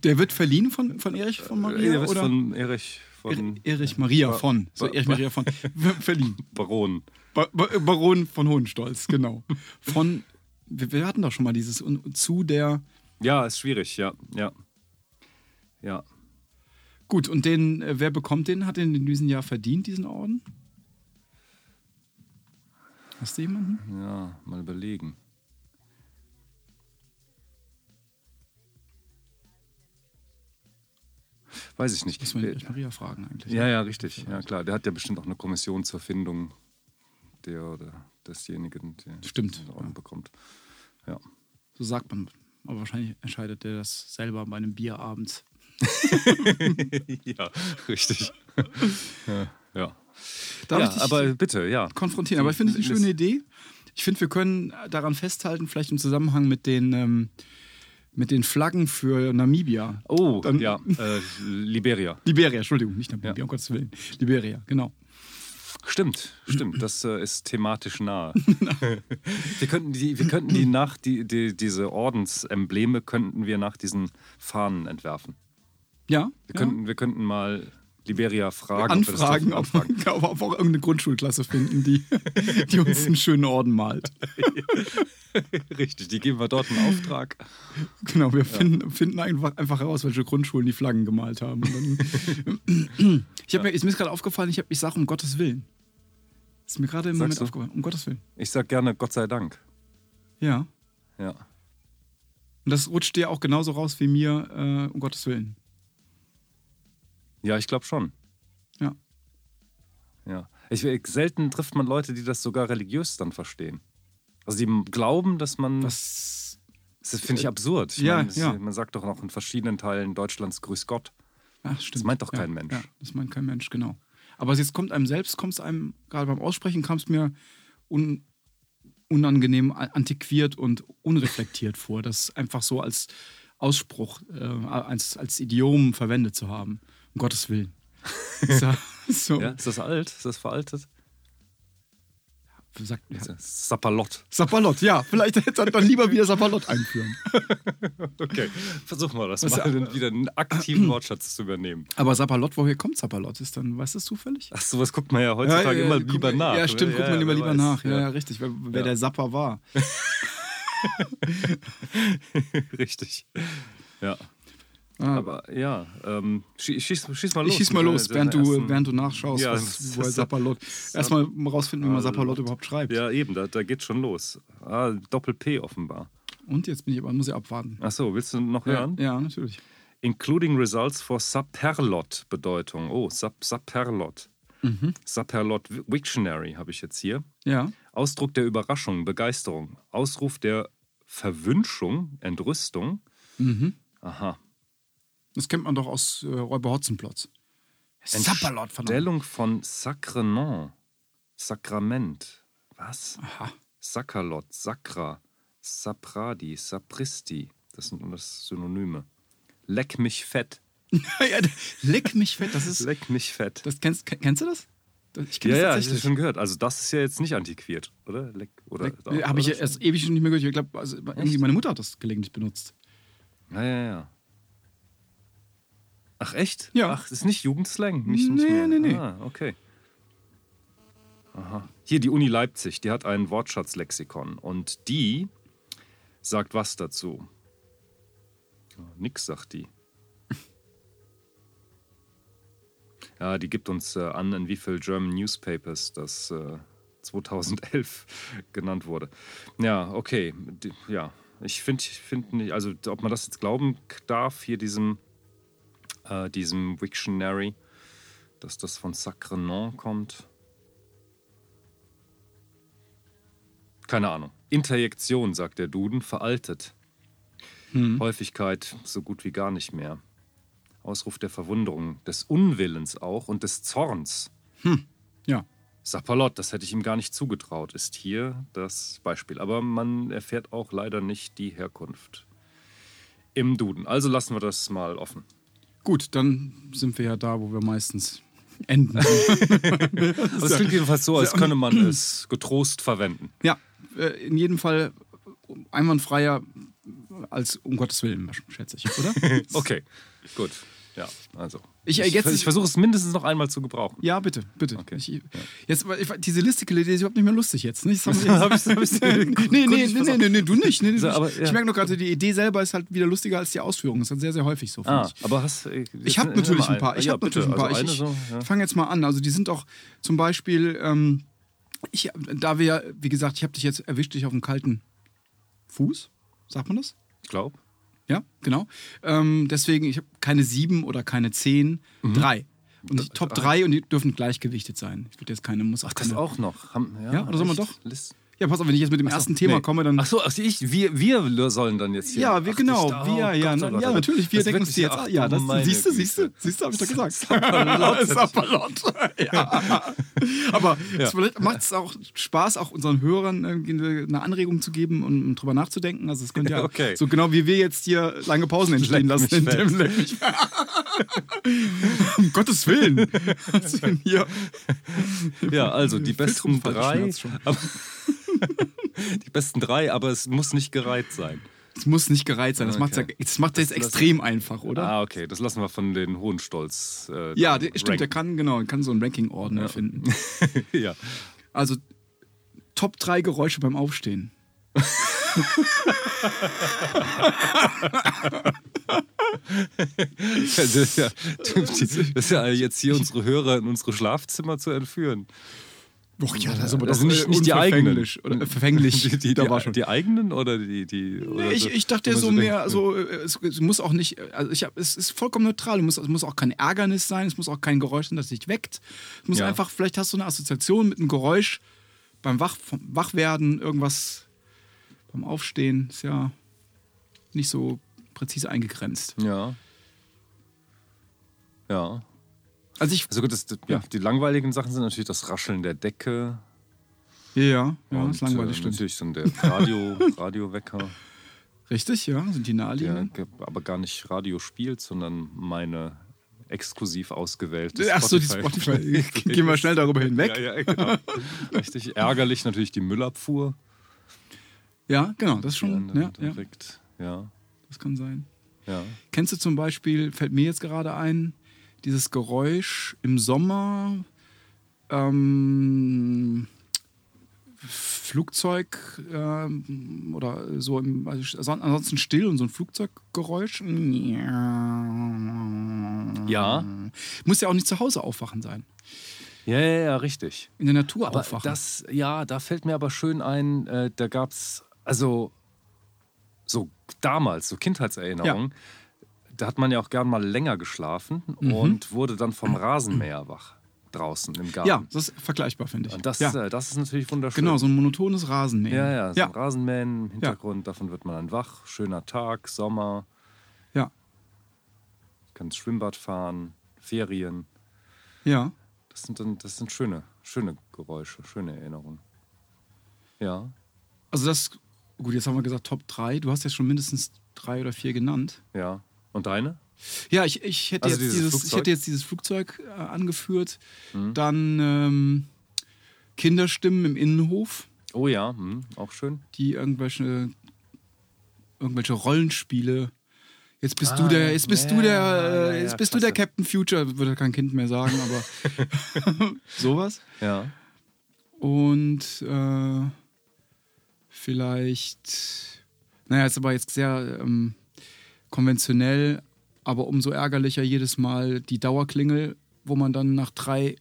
Speaker 2: Der wird verliehen von, von Erich von Maria
Speaker 1: Erich
Speaker 2: oder?
Speaker 1: Äh,
Speaker 2: Äh,
Speaker 1: von Erich von
Speaker 2: Erich Maria von. So,
Speaker 1: Ba-
Speaker 2: Erich
Speaker 1: Ba-
Speaker 2: Maria von. Ver- Verliehen.
Speaker 1: Baron.
Speaker 2: Ba ba Baron von Hohenstolz, genau. Von. Wir, wir hatten doch schon mal dieses. un- Zu der.
Speaker 1: Ja, ist schwierig, ja, ja. Ja.
Speaker 2: Gut, und den, äh, wer bekommt den? Hat den in diesem Jahr verdient, diesen Orden? Hast du jemanden?
Speaker 1: Ja, mal überlegen. Weiß ich nicht.
Speaker 2: Muss man
Speaker 1: Der-
Speaker 2: Erich Maria fragen eigentlich.
Speaker 1: Ja, ja, richtig. Ja, klar. Der hat ja bestimmt auch eine Kommission zur Findung der oder desjenigen, der
Speaker 2: Stimmt,
Speaker 1: den Orden
Speaker 2: ja.
Speaker 1: bekommt. Ja.
Speaker 2: So sagt man. Aber wahrscheinlich entscheidet der das selber bei einem Bier abends.
Speaker 1: [laughs] ja, richtig. ja, ja.
Speaker 2: Darf
Speaker 1: ja
Speaker 2: ich dich
Speaker 1: aber bitte, ja.
Speaker 2: konfrontieren? Aber ich finde es eine schöne Idee. Ich finde, wir können daran festhalten, vielleicht im Zusammenhang mit den, ähm, mit den Flaggen für Namibia.
Speaker 1: Oh,
Speaker 2: Dann-
Speaker 1: ja, äh, Liberia.
Speaker 2: Liberia, Entschuldigung, nicht Namibia,
Speaker 1: Ja.
Speaker 2: um Gottes Willen. Liberia, genau.
Speaker 1: Stimmt, stimmt. Das äh, ist thematisch [laughs] nah. wir könnten die, wir könnten die nach die, die, diese Ordensembleme könnten wir nach diesen Fahnen entwerfen.
Speaker 2: Ja,
Speaker 1: Wir
Speaker 2: ja.
Speaker 1: könnten, wir könnten mal Liberia fragen. ob wir das
Speaker 2: anfragen,
Speaker 1: dürfen.
Speaker 2: ob, ob, [laughs] ob auch irgendeine Grundschulklasse finden, die, die uns einen schönen Orden malt.
Speaker 1: Richtig, die geben wir dort einen Auftrag.
Speaker 2: Genau, wir finden, finden einfach, einfach heraus, welche Grundschulen die Flaggen gemalt haben. Und
Speaker 1: [laughs]
Speaker 2: dann- ich hab mir, ist mir ist gerade aufgefallen, ich, hab- ich sage um Gottes Willen. Ist mir gerade im
Speaker 1: Sagst
Speaker 2: Moment
Speaker 1: du?
Speaker 2: aufgefallen. Um Gottes Willen.
Speaker 1: Ich sag gerne Gott sei Dank.
Speaker 2: Ja. Und
Speaker 1: Ja.
Speaker 2: das rutscht dir auch genauso raus wie mir, äh, um Gottes Willen.
Speaker 1: Ja, ich glaube schon.
Speaker 2: Ja.
Speaker 1: Ja. Ich, ich- selten trifft man Leute, die das sogar religiös dann verstehen. Also die m- glauben, dass man.
Speaker 2: Das,
Speaker 1: Das finde ich absurd. Ich
Speaker 2: Ja,
Speaker 1: meine, das-
Speaker 2: ja.
Speaker 1: Man sagt doch noch in verschiedenen Teilen Deutschlands Grüß Gott.
Speaker 2: ach, stimmt.
Speaker 1: meint doch
Speaker 2: ja,
Speaker 1: kein Mensch.
Speaker 2: Ja, das meint kein Mensch, genau. Aber jetzt kommt einem selbst, kommt es einem, gerade beim Aussprechen, kam es mir un, unangenehm a- antiquiert und unreflektiert vor, das einfach so als Ausspruch, äh, als, als Idiom verwendet zu haben. Um Gottes Willen.
Speaker 1: [laughs]
Speaker 2: So, so
Speaker 1: Ja? Ist das alt? Ist das veraltet?
Speaker 2: sagt, ja.
Speaker 1: Ja. Sapperlott.
Speaker 2: Sapperlott, ja, vielleicht hätte er dann lieber wieder Sapperlott
Speaker 1: [laughs]
Speaker 2: einführen.
Speaker 1: Okay, versuchen wir das
Speaker 2: Was-
Speaker 1: mal, dann wieder einen aktiven Wortschatz zu übernehmen.
Speaker 2: Aber Sapperlott, woher kommt Sapperlott? Ist dann, weißt du das zufällig?
Speaker 1: Ach, sowas guckt man ja heutzutage
Speaker 2: ja,
Speaker 1: immer
Speaker 2: guck-
Speaker 1: lieber nach.
Speaker 2: Ja, stimmt, guckt man immer
Speaker 1: wer
Speaker 2: lieber
Speaker 1: weiß.
Speaker 2: nach. Ja, ja,
Speaker 1: Ja,
Speaker 2: richtig, wer, wer
Speaker 1: Ja.
Speaker 2: der Sapper war. [laughs]
Speaker 1: richtig. Ja.
Speaker 2: Ah,
Speaker 1: Aber ja, ähm, schieß, schieß, schieß mal los.
Speaker 2: Ich schieß mal
Speaker 1: mit
Speaker 2: los,
Speaker 1: deiner-
Speaker 2: während du,
Speaker 1: deiner
Speaker 2: während du
Speaker 1: Also
Speaker 2: nachschaust,
Speaker 1: Ja,
Speaker 2: was,
Speaker 1: das-
Speaker 2: wo
Speaker 1: das-
Speaker 2: Sapperlott. Erstmal rausfinden, wie man Sapperlott
Speaker 1: Sapperlott.
Speaker 2: überhaupt schreibt.
Speaker 1: ersten- also Ja, eben, da, da geht schon los. Ah, Doppel-P offenbar.
Speaker 2: Und jetzt bin ich aber, muss ich abwarten.
Speaker 1: Achso, willst du noch hören?
Speaker 2: ja, natürlich.
Speaker 1: Including results for Saperlot-Bedeutung. Oh, Sap Saperlot.
Speaker 2: Mhm.
Speaker 1: Saperlot Wiktionary habe ich jetzt hier.
Speaker 2: Ja.
Speaker 1: Ausdruck der Überraschung, Begeisterung. Ausruf der Verwünschung, Entrüstung.
Speaker 2: Mhm.
Speaker 1: Aha.
Speaker 2: Das kennt man doch aus äh, Räuber Hotzenplotz. Sapperlott, verdammt.
Speaker 1: Stellung von Sacrement. Sakrament. Was?
Speaker 2: Aha.
Speaker 1: Sakalot, Sakra, Sapradi, Sapristi. Das sind alles Synonyme. Leck mich fett.
Speaker 2: [laughs] ja, leck mich fett, das
Speaker 1: [laughs]
Speaker 2: ist.
Speaker 1: Leck mich fett.
Speaker 2: Das kennst, ken- kennst du das? Das- Ich kenn
Speaker 1: ja,
Speaker 2: das
Speaker 1: ja, ich habe
Speaker 2: tatsächlich.
Speaker 1: schon gehört. Also das ist ja jetzt nicht antiquiert, oder? Leck, oder? oder-
Speaker 2: Habe ich
Speaker 1: oder?
Speaker 2: erst ewig schon nicht mehr gehört. Ich glaube, also, irgendwie meine Mutter hat das gelegentlich benutzt.
Speaker 1: Ja, ja, ja. Ach echt?
Speaker 2: Ja.
Speaker 1: Ach, das ist nicht Jugendslang? Nicht,
Speaker 2: Nee,
Speaker 1: nicht mehr.
Speaker 2: nee, nee.
Speaker 1: Ah, okay. Aha. Hier die Uni Leipzig, die hat ein Wortschatzlexikon und die sagt was dazu? Ja, nix sagt
Speaker 2: [laughs]
Speaker 1: die. Ja, die gibt uns äh, an, in wie viel German Newspapers das äh, 2011 [laughs] genannt wurde. Ja, okay. Die, ja, ich finde find nicht, also ob man das jetzt glauben k- darf, hier diesem, äh, diesem Wiktionary, dass das von Sacrenon kommt. Keine Ahnung. Interjektion, sagt der Duden, veraltet. Hm. Häufigkeit so gut wie gar nicht mehr. Ausruf der Verwunderung, des Unwillens auch und des Zorns.
Speaker 2: Ja.
Speaker 1: Sapperlot, das hätte ich ihm gar nicht zugetraut, ist hier das Beispiel. Aber man erfährt auch leider nicht die Herkunft im Duden. Also lassen wir das mal offen.
Speaker 2: Gut, dann sind wir ja da, wo wir meistens
Speaker 1: [laughs]
Speaker 2: enden.
Speaker 1: Aber es klingt jedenfalls so, als könne man es getrost verwenden.
Speaker 2: Ja, äh, in jedem Fall einwandfreier
Speaker 1: [laughs]
Speaker 2: als um Gottes Willen, schätze ich, oder?
Speaker 1: Okay, gut. Ja, also
Speaker 2: Ich, äh,
Speaker 1: Ich,
Speaker 2: jetzt
Speaker 1: ich versuche es mindestens noch einmal zu
Speaker 2: [laughs]
Speaker 1: gebrauchen.
Speaker 2: Ja, bitte, bitte.
Speaker 1: Okay.
Speaker 2: Ich, jetzt, weil ich, diese Listicle, die ist überhaupt nicht mehr lustig jetzt.
Speaker 1: [laughs]
Speaker 2: Nicht? Das
Speaker 1: Hab
Speaker 2: haben
Speaker 1: ich's- hab ich's-
Speaker 2: wir jetzt nee, nee,
Speaker 1: konnte
Speaker 2: nee,
Speaker 1: ich
Speaker 2: nee, nee,
Speaker 1: versauen.
Speaker 2: nee, nee, du nicht. Nee, nee,
Speaker 1: So,
Speaker 2: du nicht.
Speaker 1: aber, ja.
Speaker 2: Ich merke nur gerade, die Idee selber ist halt wieder lustiger als die Ausführung. Das ist halt sehr, sehr häufig so. finde
Speaker 1: Ah,
Speaker 2: ich
Speaker 1: aber hast äh,
Speaker 2: ich
Speaker 1: jetzt
Speaker 2: habe
Speaker 1: nimm
Speaker 2: natürlich
Speaker 1: mal
Speaker 2: ein paar. Ich
Speaker 1: ja,
Speaker 2: habe
Speaker 1: bitte,
Speaker 2: natürlich ein paar.
Speaker 1: Also
Speaker 2: ich ich
Speaker 1: eine so, ja.
Speaker 2: fange jetzt mal an. Also die sind auch zum Beispiel, ähm, ich, da wir ja, wie gesagt, ich habe dich jetzt erwischt, dich auf dem kalten Fuß, sagt man das?
Speaker 1: Ich glaube.
Speaker 2: Ja, genau. Ähm, deswegen, ich habe keine sieben oder keine zehn,
Speaker 1: Mhm.
Speaker 2: drei. Und die Top drei und die dürfen gleichgewichtet sein. Ich würde jetzt keine, muss auch
Speaker 1: Das
Speaker 2: keine.
Speaker 1: auch noch. Haben, ja,
Speaker 2: Ja, oder soll man
Speaker 1: echt?
Speaker 2: doch?
Speaker 1: List-
Speaker 2: Ja, pass auf, wenn ich jetzt mit dem ersten Thema
Speaker 1: Nee.
Speaker 2: komme, dann.
Speaker 1: Ach so, also ich, wir, wir sollen dann jetzt hier.
Speaker 2: Ja, wir,
Speaker 1: Ach,
Speaker 2: genau.
Speaker 1: ich- oh
Speaker 2: wir, ja,
Speaker 1: Gott,
Speaker 2: na,
Speaker 1: oh Gott,
Speaker 2: ja,
Speaker 1: oh Gott.
Speaker 2: natürlich. Wir
Speaker 1: Das
Speaker 2: denken
Speaker 1: wirklich-
Speaker 2: es dir jetzt.
Speaker 1: ach,
Speaker 2: an. ja, das,
Speaker 1: meine
Speaker 2: siehst du, siehst du,
Speaker 1: Güte.
Speaker 2: siehst du, habe ich
Speaker 1: [laughs]
Speaker 2: doch gesagt.
Speaker 1: Sapperlot.
Speaker 2: Sapperlot.
Speaker 1: [laughs]
Speaker 2: ja. Aber es vielleicht macht es auch Spaß, auch unseren Hörern irgendwie eine Anregung zu geben und drüber nachzudenken. Also es könnte ja
Speaker 1: [laughs] Okay.
Speaker 2: so genau wie wir jetzt hier lange Pausen entstehen
Speaker 1: Leck
Speaker 2: lassen.
Speaker 1: mich
Speaker 2: In dem Leck mich.
Speaker 1: [laughs]
Speaker 2: um Gottes Willen. Was denn hier?
Speaker 1: Ja, also die besten
Speaker 2: Filzrumpf hat
Speaker 1: drei.
Speaker 2: Schmerz schon.
Speaker 1: Aber, die besten drei, [laughs] aber es muss nicht gereiht sein.
Speaker 2: Es muss nicht gereizt sein. Das macht
Speaker 1: Okay.
Speaker 2: es ja, jetzt extrem einfach, oder?
Speaker 1: Ah, okay, das lassen wir von den hohen Stolz. Äh,
Speaker 2: Ja,
Speaker 1: dann
Speaker 2: der, stimmt, der
Speaker 1: ranken.
Speaker 2: kann genau, kann so einen Ranking-Ordner finden.
Speaker 1: [laughs] ja.
Speaker 2: Also Top 3 Geräusche beim Aufstehen.
Speaker 1: Das ist, Also, ja, das ist ja jetzt hier unsere Hörer in unsere Schlafzimmer zu entführen.
Speaker 2: Och ja, das ist aber
Speaker 1: Also nicht, nicht die eigenen.
Speaker 2: unverfänglich Oder,
Speaker 1: [laughs]
Speaker 2: äh, verfänglich.
Speaker 1: Die, die,
Speaker 2: da
Speaker 1: die,
Speaker 2: war schon.
Speaker 1: die eigenen oder die. die oder
Speaker 2: ich,
Speaker 1: so,
Speaker 2: ich
Speaker 1: wo
Speaker 2: dachte ja
Speaker 1: man
Speaker 2: so
Speaker 1: denkt,
Speaker 2: mehr, also äh, es, es muss auch nicht, also ich hab, es ist vollkommen neutral, es muss, es muss auch kein Ärgernis sein, es muss auch kein Geräusch sein, das dich weckt. Es muss
Speaker 1: Ja.
Speaker 2: einfach, vielleicht hast du eine Assoziation mit einem Geräusch beim Wach, vom Wachwerden, irgendwas beim Aufstehen, ist ja nicht so präzise eingegrenzt.
Speaker 1: Ja. Ja.
Speaker 2: Also ich,
Speaker 1: Also gut, das, das- ja.
Speaker 2: Ja.
Speaker 1: die langweiligen Sachen sind natürlich das Rascheln der Decke.
Speaker 2: ja, ja, ja,
Speaker 1: und,
Speaker 2: ist langweilig,
Speaker 1: äh,
Speaker 2: stimmt.
Speaker 1: Natürlich dann der
Speaker 2: [laughs]
Speaker 1: Radio, Radiowecker,
Speaker 2: Richtig, ja, sind die
Speaker 1: der
Speaker 2: naheliegenden.
Speaker 1: ge- aber gar nicht Radio spielt, sondern meine exklusiv ausgewählte
Speaker 2: Ach so, die Spotify. Gehen
Speaker 1: [laughs]
Speaker 2: wir schnell darüber
Speaker 1: Ja,
Speaker 2: hinweg.
Speaker 1: ja, genau. Richtig. Ärgerlich natürlich die Müllabfuhr.
Speaker 2: Ja, genau, das
Speaker 1: die
Speaker 2: schon.
Speaker 1: dann
Speaker 2: Ja, ja,
Speaker 1: direkt. Ja.
Speaker 2: das kann sein.
Speaker 1: ja.
Speaker 2: Kennst du zum Beispiel, fällt mir jetzt gerade ein, dieses Geräusch im Sommer, ähm, Flugzeug ähm, oder so, im, also son- ansonsten still und so ein Flugzeuggeräusch.
Speaker 1: Ja.
Speaker 2: Muss ja auch nicht zu Hause aufwachen sein.
Speaker 1: Ja, ja, ja, richtig.
Speaker 2: In der Natur
Speaker 1: Aber
Speaker 2: aufwachen.
Speaker 1: das, ja, da fällt mir aber schön ein, äh, da gab es, also so damals, so Kindheitserinnerungen, da hat man ja auch gern mal länger geschlafen
Speaker 2: Mhm.
Speaker 1: und wurde dann vom Rasenmäher wach draußen im Garten.
Speaker 2: ja, das ist vergleichbar, finde ich.
Speaker 1: Und das,
Speaker 2: ja.
Speaker 1: äh, das ist natürlich wunderschön.
Speaker 2: Genau, so ein monotones Rasenmähen.
Speaker 1: Ja, ja, so
Speaker 2: ja,
Speaker 1: ein Rasenmähen im Hintergrund, davon wird man dann wach. Schöner Tag, Sommer,
Speaker 2: ja,
Speaker 1: kann ins Schwimmbad fahren, Ferien.
Speaker 2: ja.
Speaker 1: Das sind, dann, das sind schöne, schöne Geräusche, schöne Erinnerungen. Ja,
Speaker 2: Also das, gut, jetzt haben wir gesagt Top 3. Du hast ja schon mindestens drei oder vier genannt.
Speaker 1: ja. Und deine?
Speaker 2: Ja, ich, ich, hätte,
Speaker 1: Also
Speaker 2: jetzt
Speaker 1: dieses
Speaker 2: dieses ich
Speaker 1: Flugzeug? Mhm.
Speaker 2: hätte jetzt dieses Flugzeug äh, angeführt. Dann ähm, Kinderstimmen im Innenhof,
Speaker 1: Oh ja, hm, auch schön.
Speaker 2: die irgendwelche, irgendwelche Rollenspiele. Jetzt bist du
Speaker 1: Ah,
Speaker 2: der, jetzt bist du der,
Speaker 1: ja, ja,
Speaker 2: äh,
Speaker 1: ja,
Speaker 2: jetzt bist du der
Speaker 1: klasse.
Speaker 2: Captain Future, würde kein Kind mehr sagen, aber
Speaker 1: [laughs]
Speaker 2: [laughs] sowas.
Speaker 1: Ja.
Speaker 2: Und äh, vielleicht, naja, ist aber jetzt sehr ähm, konventionell, aber umso ärgerlicher jedes Mal die Dauerklingel, wo man dann nach drei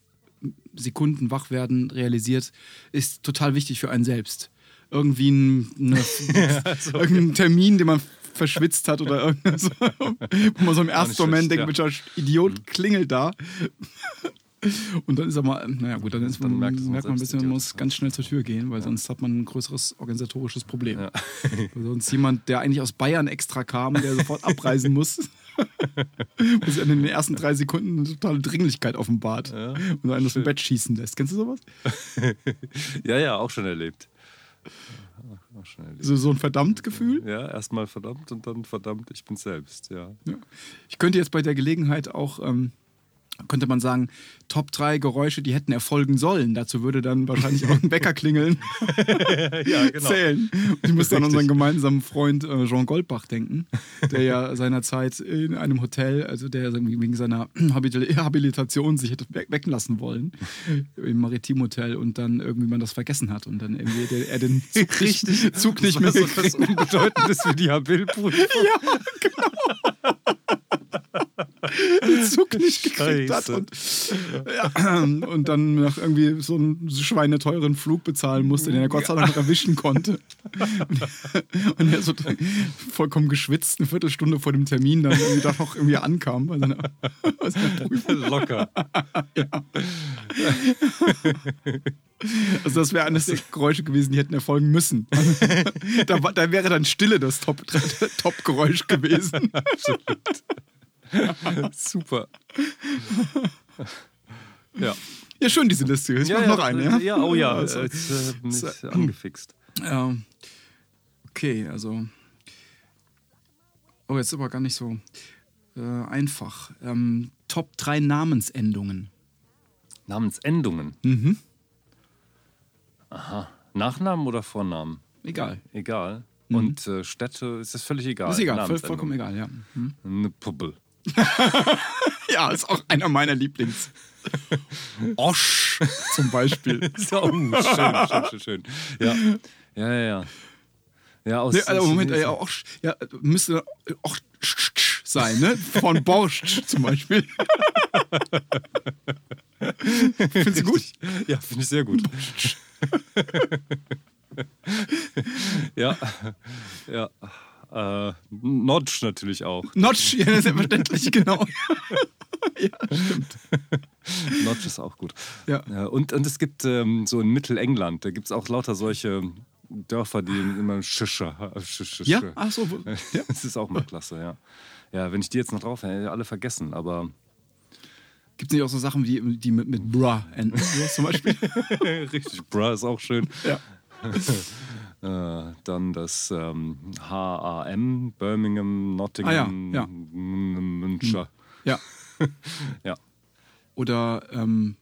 Speaker 2: Sekunden wach werden realisiert, ist total wichtig für einen selbst. Irgendwie ein, eine, [laughs] irgendein Termin, den man verschwitzt hat oder irgendwas. so, wo man so im ersten Moment
Speaker 1: schlecht,
Speaker 2: denkt, Mensch, Idiot klingelt da. Und dann ist aber, naja gut, dann, ist,
Speaker 1: Dann merkt
Speaker 2: merkt,
Speaker 1: man
Speaker 2: man ein
Speaker 1: selbst,
Speaker 2: bisschen, man
Speaker 1: Idiot.
Speaker 2: muss ganz schnell zur Tür gehen, weil sonst hat man ein größeres organisatorisches Problem.
Speaker 1: Ja.
Speaker 2: [laughs] Weil Sonst jemand, der eigentlich aus Bayern extra kam, der sofort abreisen muss, [laughs] muss in den ersten drei Sekunden eine totale Dringlichkeit offenbart und einen aus dem Bett schießen lässt. Kennst du sowas?
Speaker 1: ja, ja, auch schon erlebt. Auch- Auch schon erlebt.
Speaker 2: So, so ein verdammt Gefühl.
Speaker 1: Ja, erstmal verdammt und dann verdammt, ich bin selbst, ja.
Speaker 2: Ja. Ich könnte jetzt bei der Gelegenheit auch ähm, könnte man sagen, Top 3 Geräusche, die hätten erfolgen sollen. Dazu würde dann wahrscheinlich auch ein Wecker klingeln,
Speaker 1: [laughs] ja, genau.
Speaker 2: zählen. Und ich muss dann
Speaker 1: Richtig.
Speaker 2: an unseren gemeinsamen Freund äh, Jean Goldbach denken, der ja seinerzeit in einem Hotel, also der irgendwie wegen seiner [clears throat] Habil- Habilitation sich hätte we- wecken lassen wollen, im Maritimhotel und dann irgendwie man das vergessen hat und dann irgendwie der, er den Zug, nicht- Zug nicht mehr
Speaker 1: Das war so
Speaker 2: gekriegt
Speaker 1: was Unbedeutendes wie die
Speaker 2: [laughs]
Speaker 1: Habil-Prüfung.
Speaker 2: den Zug nicht gekriegt hat
Speaker 1: Scheiße.
Speaker 2: und, ja, und dann nach irgendwie so einen schweineteuren Flug bezahlen musste, den er Gott sei Dank noch erwischen konnte. Und er so vollkommen geschwitzt eine Viertelstunde vor dem Termin dann irgendwie da noch irgendwie ankam. Also, Bei seiner, bei seiner Prüfung.
Speaker 1: Locker.
Speaker 2: also das wäre eines der Geräusche gewesen, die hätten erfolgen müssen. da, war- da wäre dann Stille das Top- Top-Geräusch gewesen. [laughs]
Speaker 1: Super. Ja.
Speaker 2: Ja, schön diese Liste. Jetzt mach noch eine.
Speaker 1: ja? ja, oh ja,
Speaker 2: [laughs] Also-
Speaker 1: jetzt äh, bin ich angefixt.
Speaker 2: Ja. Ähm, Okay, also. Oh, jetzt aber gar nicht so äh, einfach. Ähm, Top 3 Namensendungen.
Speaker 1: Namensendungen.
Speaker 2: Mhm.
Speaker 1: Aha. Nachnamen oder Vornamen?
Speaker 2: Egal.
Speaker 1: Egal. Und äh, Städte ist das völlig egal.
Speaker 2: Mhm. Ist egal, voll,
Speaker 1: Namensendung.
Speaker 2: vollkommen egal, ja. Hm?
Speaker 1: Eine Puppe.
Speaker 2: [laughs] Ja, ist auch einer meiner Lieblings. Osch zum Beispiel.
Speaker 1: [laughs] So, oh, schön, schön, schön, schön. Ja, ja, ja. Ja, ja aus
Speaker 2: [laughs] Nee, also Moment, äh, Osch, ja, müsste Osch sein, ne? Von Borscht [laughs] zum Beispiel. Findest du gut?
Speaker 1: [laughs] Ja, finde ich
Speaker 2: [laughs]
Speaker 1: sehr gut. [laughs] ja, ja. Äh, Notch natürlich auch.
Speaker 2: Notch, ja, [laughs] selbstverständlich, genau.
Speaker 1: Notch ist auch gut.
Speaker 2: Ja.
Speaker 1: und, und es gibt ähm, so in Mittelengland, da gibt es auch lauter solche Dörfer, die immer Schische. Schische
Speaker 2: Ja, ach so. wo- Ja.
Speaker 1: [laughs] Das ist auch mal klasse, ja. Ja, wenn ich die jetzt noch drauf hätte, hätte ich alle vergessen,
Speaker 2: [laughs]
Speaker 1: aber
Speaker 2: Gibt es nicht auch so Sachen wie die mit, mit Bra enden? So zum Beispiel?
Speaker 1: richtig, bruh, ist auch schön.
Speaker 2: ja.
Speaker 1: [laughs] Äh, dann das ähm, HAM, Birmingham, Nottingham,
Speaker 2: Ah, ja, Hm. ja.
Speaker 1: M- Münster.
Speaker 2: ja.
Speaker 1: Ja.
Speaker 2: Oder ähm,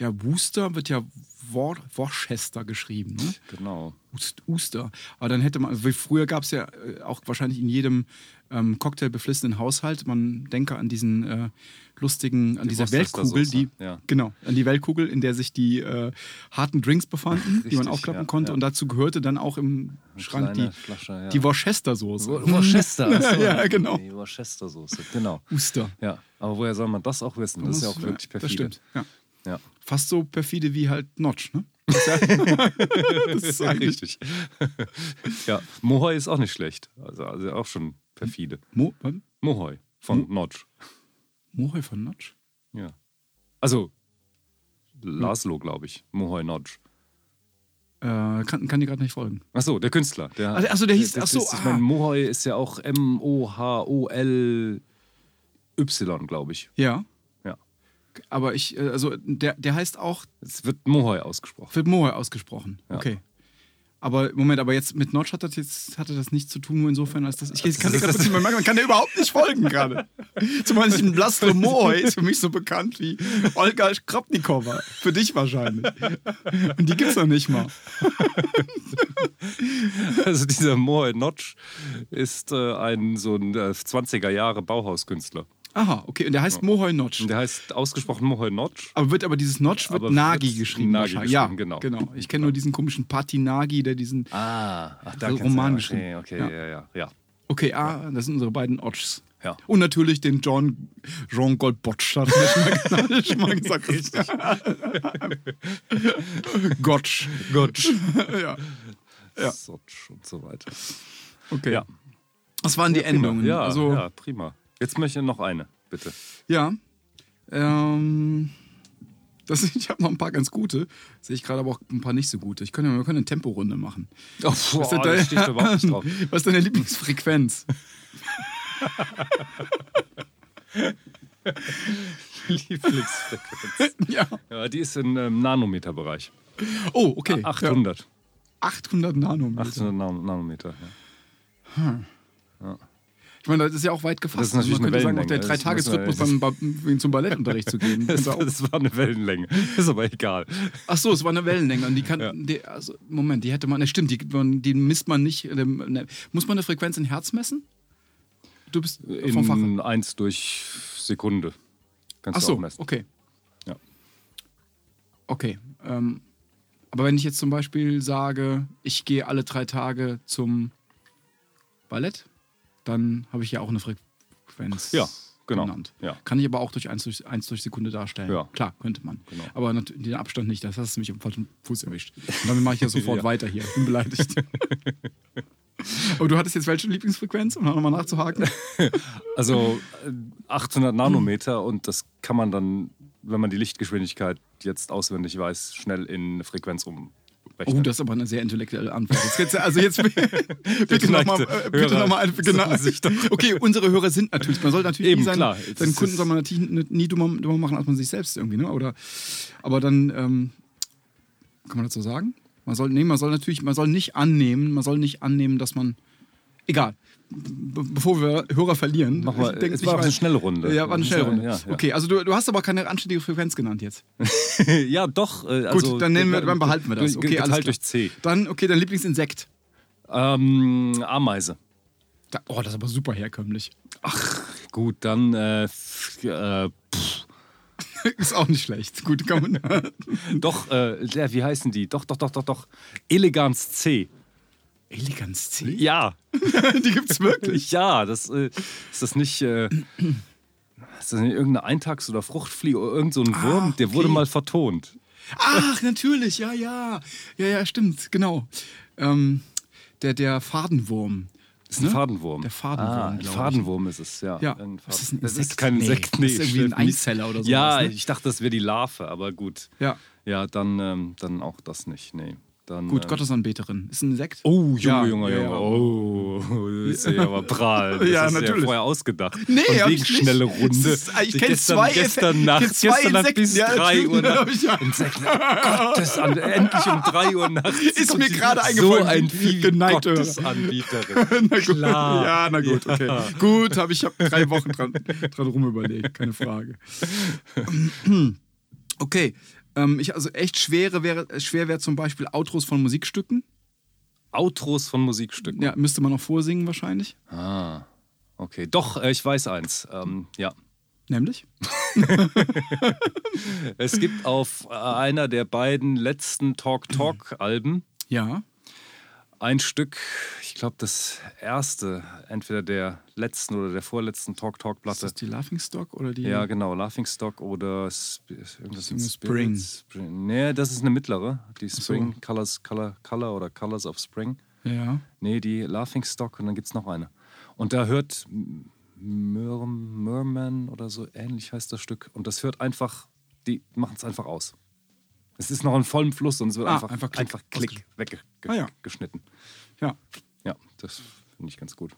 Speaker 2: ja, Wooster wird ja Wor Worcester geschrieben. Ne?
Speaker 1: Genau.
Speaker 2: Ust- Uster. Aber dann hätte man, also wie früher gab es ja äh, auch wahrscheinlich in jedem ähm, cocktailbeflissenen Haushalt, man denke an diesen äh, lustigen, an dieser
Speaker 1: Worcester
Speaker 2: Weltkugel,
Speaker 1: Soße,
Speaker 2: die,
Speaker 1: ja.
Speaker 2: genau, an die Weltkugel, in der sich die äh, harten Drinks befanden, die man
Speaker 1: Richtig,
Speaker 2: aufklappen
Speaker 1: ja,
Speaker 2: konnte.
Speaker 1: ja.
Speaker 2: Und dazu gehörte dann auch im Schrank die,
Speaker 1: kleine Flasche, ja.
Speaker 2: die Worcester-Soße.
Speaker 1: Worcester. achso,
Speaker 2: [laughs] Ja, genau.
Speaker 1: Die Worcester-Soße, genau.
Speaker 2: Uster.
Speaker 1: Ja, aber woher soll man das auch wissen? Das ist ja auch wirklich perfide.
Speaker 2: Das stimmt, ja.
Speaker 1: Ja,
Speaker 2: Fast so perfide wie halt Notch, [laughs] ne? [laughs] [laughs] das
Speaker 1: [laughs]
Speaker 2: ist eigentlich.
Speaker 1: richtig. ja, Mohoi ist auch nicht schlecht. Also, also auch schon perfide.
Speaker 2: Mo, was?
Speaker 1: Mohoi von
Speaker 2: Hm?
Speaker 1: Notch.
Speaker 2: Mohoi von Notch?
Speaker 1: Ja. Also, Laszlo, glaube ich. Mohoi Notch.
Speaker 2: Äh, kann, kann dir gerade nicht folgen.
Speaker 1: Achso, der Künstler. Der,
Speaker 2: Ach, also der hieß-
Speaker 1: das
Speaker 2: ach so,
Speaker 1: ist- Ich
Speaker 2: ah.
Speaker 1: meine, Mohoi ist ja auch M-O-H-O-L-Y, glaube ich.
Speaker 2: Ja,
Speaker 1: Ja.
Speaker 2: aber ich, äh, also der, der heißt auch
Speaker 1: Es wird Mohoi ausgesprochen. [laughs]
Speaker 2: Phil Mohoi ausgesprochen.
Speaker 1: Ja.
Speaker 2: Okay. Aber Moment, aber jetzt mit Notch hat das jetzt hatte das nichts zu tun, nur insofern, als Also das. Ich, ich kann dir gerade nicht mehr merken, man kann dir überhaupt nicht folgen gerade. [laughs] Zumal ich ein Blastro Mohoi ist für mich so bekannt wie Olga Kropnikova. Für dich wahrscheinlich. Und die gibt's noch nicht mal.
Speaker 1: Also dieser Mohoi Notch ist äh, ein so ein äh, 20er Jahre Bauhauskünstler.
Speaker 2: Aha, okay. Und der heißt Mohoi Notch.
Speaker 1: Und Der heißt ausgesprochen Mohoi Notch.
Speaker 2: Aber wird aber dieses Notch wird
Speaker 1: Aber
Speaker 2: Nagi
Speaker 1: wird's
Speaker 2: geschrieben.
Speaker 1: Nagi
Speaker 2: wahrscheinlich.
Speaker 1: geschrieben, genau.
Speaker 2: ja, genau. Ich kenne nur diesen komischen Patti Nagi, der diesen.
Speaker 1: Ah, ach, da
Speaker 2: Also
Speaker 1: kennst
Speaker 2: Roman
Speaker 1: du-
Speaker 2: geschrieben.
Speaker 1: Okay, okay
Speaker 2: Ja.
Speaker 1: ja. Ja, ja, ja.
Speaker 2: Okay, ah, das sind unsere beiden Otschs.
Speaker 1: Ja.
Speaker 2: Und natürlich den John Jean Goldbotsch, hat er schon mal [laughs] gesagt. Schon [laughs] mal gesagt. Gotsch.
Speaker 1: Gotsch.
Speaker 2: [laughs] ja. Ja.
Speaker 1: Sotsch und so weiter.
Speaker 2: Okay.
Speaker 1: Ja.
Speaker 2: Das waren die Endungen.
Speaker 1: Ja,
Speaker 2: also,
Speaker 1: ja, prima. Jetzt möchte ich noch eine, bitte. [laughs]
Speaker 2: Ja. Ähm, das, [laughs] ich habe noch ein paar ganz gute. Sehe ich gerade aber auch ein paar nicht so gute. Ich könnte, wir können eine Temporunde machen.
Speaker 1: Oh,
Speaker 2: denn
Speaker 1: da
Speaker 2: dein-
Speaker 1: stehe ich überhaupt nicht drauf.
Speaker 2: [laughs] Was ist
Speaker 1: [laughs]
Speaker 2: deine Lieblingsfrequenz?
Speaker 1: Lieblingsfrequenz.
Speaker 2: ja.
Speaker 1: Ja, die ist im ähm, Nanometerbereich.
Speaker 2: Oh, okay. Ja.
Speaker 1: 800.
Speaker 2: 800 Nanometer. [laughs]
Speaker 1: 800 Nan Nanometer. Ja.
Speaker 2: Ich meine, das ist ja auch weit gefasst. Also
Speaker 1: Das ist natürlich
Speaker 2: man könnte
Speaker 1: eine
Speaker 2: sagen, auch der
Speaker 1: Wellenlänge. Das
Speaker 2: Dreitagesrhythmus
Speaker 1: muss
Speaker 2: beim, beim, zum Ballettunterricht zu
Speaker 1: [laughs]
Speaker 2: gehen.
Speaker 1: Das,
Speaker 2: Könnte auch-
Speaker 1: das war eine Wellenlänge. [laughs] Ist aber egal.
Speaker 2: Ach so, es war eine Wellenlänge und die kann, die, also, Moment, die hätte man, ne, stimmt, die, man, die misst man nicht. ähm, Ne, muss man eine Frequenz in Herz messen? Du bist vom Fach.
Speaker 1: In 1 durch Sekunde. Kannst
Speaker 2: Ach
Speaker 1: du auch
Speaker 2: so,
Speaker 1: messen.
Speaker 2: okay.
Speaker 1: Ja.
Speaker 2: Okay. Ähm, aber wenn ich jetzt zum Beispiel sage, ich gehe alle drei Tage zum Ballett, dann habe ich ja auch eine Frequenz.
Speaker 1: Ja, genau.
Speaker 2: Genannt.
Speaker 1: Ja.
Speaker 2: Kann ich aber auch durch 1 durch, eins durch Sekunde darstellen.
Speaker 1: Ja.
Speaker 2: Klar, könnte man.
Speaker 1: Genau.
Speaker 2: Aber nat- den Abstand nicht, das hast du mich am falschen Fuß erwischt. Und
Speaker 1: [laughs]
Speaker 2: damit mache ich ja sofort
Speaker 1: Ja.
Speaker 2: weiter hier. Bin
Speaker 1: [laughs]
Speaker 2: beleidigt. aber du hattest jetzt welche Lieblingsfrequenz, um nochmal nachzuhaken?
Speaker 1: Also äh, 800 Nanometer und das kann man dann, wenn man die Lichtgeschwindigkeit jetzt auswendig weiß, schnell in eine Frequenz
Speaker 2: Oh,
Speaker 1: umrechnen.
Speaker 2: das ist aber eine sehr intellektuelle Antwort. Jetzt, jetzt, also
Speaker 1: [laughs]
Speaker 2: jetzt [laughs] bitte nochmal
Speaker 1: geneigte
Speaker 2: bitte
Speaker 1: äh, Hörer
Speaker 2: noch mal ein, genau.
Speaker 1: sollen sich doch-
Speaker 2: Okay, unsere Hörer sind natürlich, man soll natürlich
Speaker 1: Eben,
Speaker 2: nie seinen,
Speaker 1: klar. Das
Speaker 2: seinen
Speaker 1: ist-
Speaker 2: Kunden soll man natürlich nie- nie dummer, dummer machen, als man sich selbst irgendwie, ne? Oder aber dann ähm, kann man das so sagen? Man soll, nee, man soll natürlich, man soll nicht annehmen, man soll nicht annehmen, dass man. Egal. Be bevor wir Hörer verlieren.
Speaker 1: Mach mal,
Speaker 2: ich denk,
Speaker 1: es
Speaker 2: ich
Speaker 1: war
Speaker 2: weiß-
Speaker 1: eine Schnellrunde.
Speaker 2: Ja, war eine
Speaker 1: Ja,
Speaker 2: Schnellrunde.
Speaker 1: ja, ja.
Speaker 2: Okay, also du, du hast aber keine anständige Frequenz genannt jetzt.
Speaker 1: [laughs] ja, doch. äh,
Speaker 2: Gut,
Speaker 1: Also,
Speaker 2: dann, nehmen wir, dann behalten wir das.
Speaker 1: ge-
Speaker 2: Okay,
Speaker 1: geteilt
Speaker 2: alles klar.
Speaker 1: durch C.
Speaker 2: Dann, okay, dein Lieblingsinsekt.
Speaker 1: Ähm, Ameise.
Speaker 2: Da, oh, das ist aber super herkömmlich.
Speaker 1: Gut, dann äh, f- äh,
Speaker 2: [laughs] ist auch nicht schlecht. Gut, kann
Speaker 1: [laughs]
Speaker 2: man.
Speaker 1: doch, äh, ja, wie heißen die? Doch, doch, doch, doch, doch. Eleganz C.
Speaker 2: Eleganz C?
Speaker 1: Ja,
Speaker 2: [laughs] Die gibt's wirklich.
Speaker 1: ja, das äh, ist das nicht. Äh, ist das nicht irgendeine Eintags- oder Fruchtfliege oder irgend so ein Wurm? Der wurde
Speaker 2: Ah, okay.
Speaker 1: mal vertont.
Speaker 2: Ach, natürlich, ja, ja. Ja, ja, stimmt, genau. Ähm, der, der Fadenwurm.
Speaker 1: Ist ein Fadenwurm.
Speaker 2: Ne? Der Fadenwurm,
Speaker 1: Ah, ein
Speaker 2: glaub ich.
Speaker 1: Fadenwurm ist es, ja.
Speaker 2: Ja.
Speaker 1: Ein Faden-
Speaker 2: Ist das ein
Speaker 1: das ist
Speaker 2: Insekt?
Speaker 1: kein
Speaker 2: Nee,
Speaker 1: Insekt,
Speaker 2: das
Speaker 1: nee.
Speaker 2: ist irgendwie ein
Speaker 1: stimmt nicht.
Speaker 2: Einzeller oder
Speaker 1: Ja,
Speaker 2: sowas, ne?
Speaker 1: ich dachte, das wäre die Larve, aber gut.
Speaker 2: Ja.
Speaker 1: Ja, dann, ähm, dann auch das nicht, nee. Dann,
Speaker 2: Gut,
Speaker 1: ähm,
Speaker 2: Gottesanbeterin. Ist ein Insekt?
Speaker 1: Oh, Junge,
Speaker 2: Ja,
Speaker 1: Junge,
Speaker 2: ja,
Speaker 1: Junge.
Speaker 2: ja.
Speaker 1: Oh, das ist ja aber
Speaker 2: [laughs]
Speaker 1: prall. Das
Speaker 2: Ja,
Speaker 1: ist ja
Speaker 2: natürlich.
Speaker 1: vorher ausgedacht.
Speaker 2: Nee,
Speaker 1: Von
Speaker 2: hab
Speaker 1: wegen
Speaker 2: ich nicht.
Speaker 1: schnelle
Speaker 2: Das
Speaker 1: Runde.
Speaker 2: ist- ich
Speaker 1: Die
Speaker 2: kenn
Speaker 1: gestern,
Speaker 2: zwei
Speaker 1: gestern
Speaker 2: Effe-
Speaker 1: Nacht,
Speaker 2: ich kenn zwei
Speaker 1: gestern Nacht bis
Speaker 2: Insekten, ja,
Speaker 1: 3 Uhr
Speaker 2: hab
Speaker 1: nachts.
Speaker 2: ich [laughs] ja.
Speaker 1: Insekten, Gottes, an, endlich um 3 Uhr nachts.
Speaker 2: [laughs] Ist mir
Speaker 1: kommt
Speaker 2: gerade
Speaker 1: So
Speaker 2: eingefallen,
Speaker 1: ein Vieh
Speaker 2: geneigte Hörer. [laughs]
Speaker 1: Gottesanbieterin.
Speaker 2: Na gut.
Speaker 1: Klar.
Speaker 2: Ja, na gut,
Speaker 1: Ja.
Speaker 2: okay. Gut, hab ich habe drei Wochen dran, dran rumüberlegt, keine Frage. [laughs] Okay, ähm, ich, also echt schwere wäre, schwer wäre zum Beispiel Outros von Musikstücken.
Speaker 1: Outros von Musikstücken.
Speaker 2: Ja, müsste man auch vorsingen wahrscheinlich.
Speaker 1: Ah, okay. Doch, äh, ich weiß eins. Ähm, ja.
Speaker 2: Nämlich?
Speaker 1: Es gibt auf äh, einer der beiden letzten Talk-Talk-Alben
Speaker 2: Ja.
Speaker 1: ein Stück, ich glaube das erste, entweder der letzten oder der vorletzten Talk Talk
Speaker 2: Ist
Speaker 1: Platte.
Speaker 2: das die Laughing Stock oder die?
Speaker 1: Ja, genau, Laughing Stock oder Sp irgendwas mit
Speaker 2: Spring.
Speaker 1: Spirits, Spring. Nee, das ist eine mittlere, die
Speaker 2: so.
Speaker 1: Spring Colors Color Color oder Colors of Spring.
Speaker 2: Ja.
Speaker 1: Nee, die Laughing Stock und dann gibt es noch eine. Und da hört M- Mer Merman oder so ähnlich heißt das Stück. Und das hört einfach, die machen es einfach aus. Es ist noch in vollem Fluss und es wird
Speaker 2: Ah,
Speaker 1: einfach,
Speaker 2: einfach
Speaker 1: einfach
Speaker 2: Klick.
Speaker 1: Klick, weggeschnitten.
Speaker 2: Ah, ja. Ja.
Speaker 1: Ja, das finde ich ganz gut.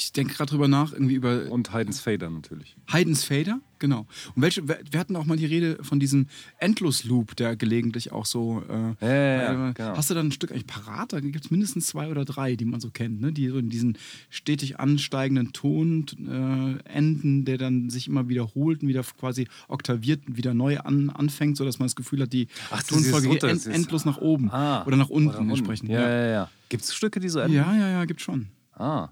Speaker 2: Ich denke gerade drüber nach, irgendwie über
Speaker 1: Und Haydns Fader natürlich.
Speaker 2: Haydns Fader, genau. Und welche, wir wir hatten auch mal die Rede von diesem Endlosloop, der gelegentlich auch so. Äh,
Speaker 1: Ja, ja, ja,
Speaker 2: äh,
Speaker 1: genau.
Speaker 2: Hast du da ein Stück eigentlich parat? Da gibt es mindestens zwei oder drei, die man so kennt, ne? die so in diesen stetig ansteigenden Ton äh, enden, der dann sich immer wiederholt und wieder quasi oktaviert und wieder neu an, anfängt, sodass man das Gefühl hat, die
Speaker 1: Ach, das ist
Speaker 2: Tonfolge geht
Speaker 1: runter,
Speaker 2: end,
Speaker 1: das ist-
Speaker 2: endlos nach oben
Speaker 1: Ah,
Speaker 2: oder nach unten entsprechend.
Speaker 1: Ja,
Speaker 2: Ja,
Speaker 1: ja, ja. Gibt es Stücke, die so enden?
Speaker 2: ja, ja, ja gibt schon.
Speaker 1: Ah.